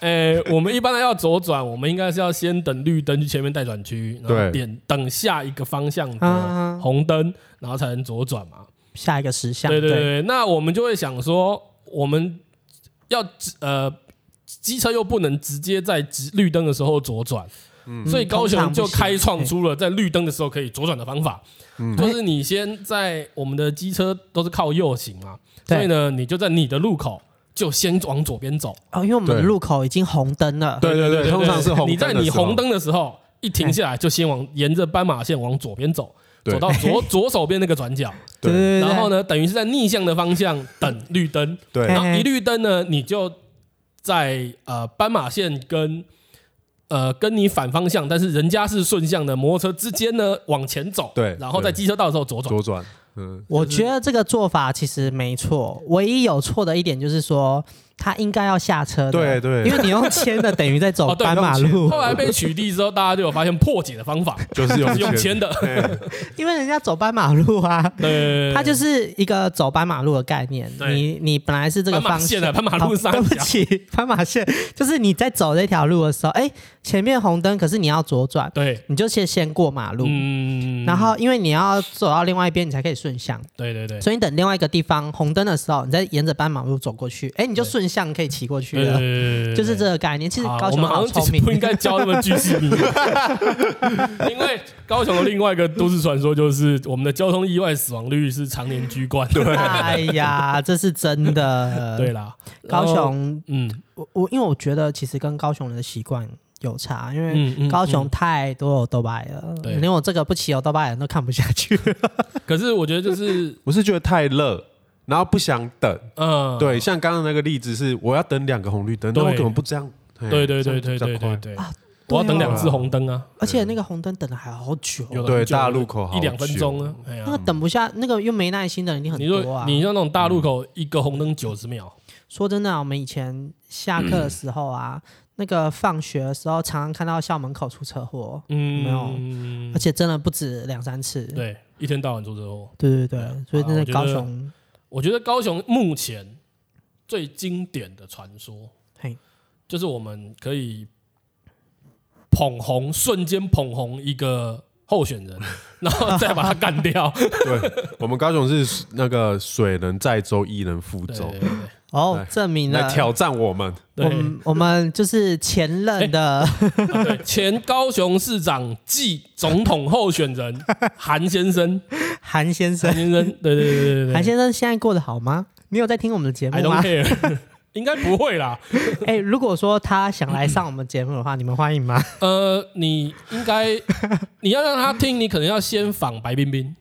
A: 诶、我们一般要左转，我们应该是要先等绿灯去前面待转区，然后
C: 对
A: 点等下一个方向的
B: 啊
A: 红灯，然后才能左转嘛。
B: 下一个时项，
A: 对对对，那我们就会想说，我们要直呃，机车又不能直接在直绿灯的时候左转，
C: 嗯
A: 所以高雄就开创出了在绿灯的时候可以左转的方法，
C: 嗯
A: 就是你先在我们的机车都是靠右行嘛，
B: 对
A: 所以呢，你就在你的路口就先往左边走，
B: 哦，因为我们的
C: 对
B: 路口已经红灯了，
C: 对对对，通常是红
A: 你
C: 灯
A: 在
C: 的
A: 你
C: 时候
A: 红，灯的时候一停下来就先往沿着斑马线往左边走，
C: 对
A: 走到左左手边那个转角，
B: 对
C: 对
B: 对对，
A: 然后呢，等于是在逆向的方向等绿灯，
C: 对
A: 然后
B: 嘿
A: 一绿灯呢，你就在呃斑马线跟呃跟你反方向，但是人家是顺向的摩托车之间呢往前走，
C: 对
A: 然后在
C: 对
A: 机车道的时候左转，
C: 左转，嗯，
B: 我觉得这个做法其实没错，唯一有错的一点就是说他应该要下车的，
C: 对对
B: 因为你用牵 的等于在走
A: 哦对
B: 斑马路，
A: 后来被取缔之后，大家就有发现破解的 方法，
C: 就
A: 就
C: 是
A: 是 用
C: 用
A: 签
C: 钱，
A: 的，
C: 嘿
B: 因为人家走斑马路啊，
A: 对，
B: 它就是一个走斑马路的概念。
A: 嗯对
B: 你你本来是这个
A: 斑马
B: 方向
A: 线啊斑马路
B: 哦
A: 上
B: 对不
A: 讲
B: 起， 斑马线就是你在走这条路的时候，哎，前面红灯，可是你要左转，
A: 对，
B: 你就先先过马路。
A: 嗯，
B: 然后，因为你要走到另外一边，你才可以顺向，
A: 对对对，
B: 所以你等另外一个地方红灯的时候，你再沿着斑马路走过去，哎，你就顺向可以骑过去了。
A: 对
B: 就是这。个概念。其实
A: 好
B: 高
A: 我
B: 雄
A: 们好像
B: 聪
A: 其
B: 明啊
A: 实，不应该教那么巨细 靡遗，因为高雄的另外一个都市传说就是我们的交通意外死亡率是常年居冠。对
B: 哎呀，这是真 的。
A: 对，啦，
B: 高
A: 然后
B: 雄，
A: 嗯
B: 我我因为我觉得其实跟高雄人的习惯有差，因为
A: 嗯嗯，
B: 高雄
A: 嗯
B: 太多有豆瓣了，
A: 对
B: 连我这个不骑有豆瓣的人都看不下 去。
A: 可是我觉得 就是
C: 我是觉得太热，然后不想等。
A: 嗯，
C: 对，像刚刚那个例子是，我要等两个红绿灯，
A: 对
C: 那我怎么不这样？嘿
A: 对对对
C: 这
A: 对对
C: 样比较
A: 对
C: 快
A: 对，
B: 对
A: 我要
B: 啊
A: 等两次红灯啊，
B: 而且那个红灯等了还好久，
A: 有的
C: 对
A: 很久
C: 大路口好
A: 一两分
C: 久
A: 钟啊，哎呀
B: 那个等不下，那个又没耐心的人一定很
A: 你
B: 多
A: 说
B: 啊。
A: 你像那种大路口一个红灯九十秒，
B: 说真的啊，我们以前下课的时候啊，那个放学的时候，常常看到校门口出车祸，
A: 嗯，
B: 没而且真的不止两三次。
A: 对，一天到晚出车祸。
B: 对对对，所以
A: 啊
B: 那
A: 我
B: 个
A: 觉
B: 高
A: 得
B: 雄，
A: 我觉得高雄目前最经典的传说，
B: 嘿，
A: 就是我们可以捧红，瞬间捧红一个候选人，然后再把他干掉。
C: 对，我们高雄是那个水能载舟，亦能覆
A: 对
C: 舟，
A: 对对
B: 哦
C: 来，
B: 证明了
C: 来挑战我们。
B: 我
A: 对
B: 们我们就是前 任的
A: 啊对，前高雄市长暨总统候选人韩先 生，
B: 韩先
A: 韩
B: 生。
A: 先生，对对对对哎 对对，
B: 韩先生现在过得好吗？你有在听我们的节
A: I
B: 目
A: don't
B: 吗？
A: care，应 该不会啦。
B: 哎、如果说他想来上我们节目的话，你们欢迎吗？
A: 呃，你应该你要让他听，你可能要先访白冰冰。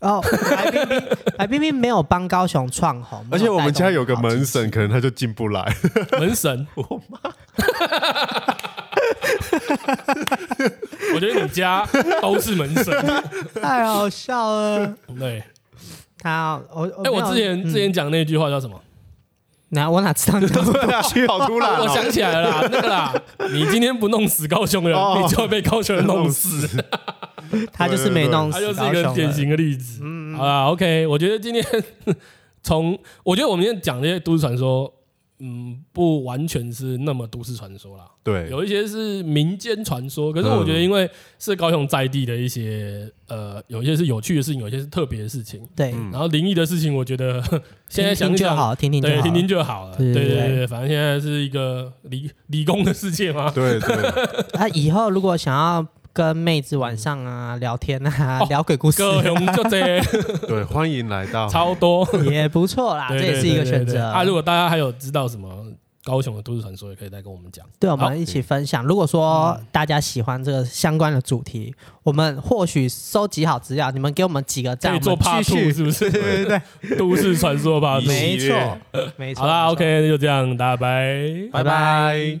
B: 哦，白冰冰， 白冰冰没有帮高雄创红，
C: 而且我们家有个门
B: 神。
C: 神，可能他就进 不来。
A: 门神， 我妈。我觉得你家都是门神，
B: 太好笑了。
A: 对。
B: 他，我
A: 哎、
B: 哎
A: 哦我之前之前讲那句话叫什么？
B: 哪我哪知道你讲什么
C: 好突然
A: 我
C: 哦，
A: 想起来了啦，那个啦，你今天不弄死高雄人，
C: 哦
A: 你就会被高雄人弄死。
B: 他就是没 弄
A: 他
B: 死
A: 就是
B: 高
A: 一
B: 雄
A: 个
B: 人
A: 典型的例子。好啦 o k 我觉得今天从我觉得我们今天讲这些都市传说，嗯，不完全是那么都市传说啦，
C: 对，
A: 有一些是民间传说，可是我觉得因为是高雄在地的一些呃，有一些是有趣的事情，有一些是特别的事情，
B: 对，
A: 然后灵异的事情，我觉 得嗯现在想
B: 听
A: 一
B: 听就
A: 想，
B: 好，听听就
A: 对，
B: 好，
A: 听听就好了。
B: 对
A: 对
B: 对
A: 对
B: 对
A: 对，反正现在是一个理理工的世界 嘛。
C: 对对，
B: 啊，以后如果想要跟妹子晚上啊聊天啊，
A: 哦
B: 聊鬼故事
A: 各雄就 这
C: 对，欢迎来到。
A: 超多，
B: 也不错啦，
A: 对
B: 啊这
A: 对
B: 也是一个
A: 对对
B: 选
A: 对
B: 择
A: 啊！如果大家还有知道什么高雄的都市传说，也可以再跟我们讲。
B: 对，我
A: 好嗯
B: 们一起分享。如果说大家喜欢这个相关的主题，我们或许收集好资料，你们给我们几个
A: 可
B: 赞，
A: 以做
B: 我们
A: Part
B: 继
A: Two
B: 续。
A: 是不 是？对对对， 都市传说 Part
C: 一
A: Two。
B: 没
C: 系列
B: 错，没错。
A: 好啦
B: 没错
A: ，OK，那就这样，大家拜。
B: 拜拜
C: 拜拜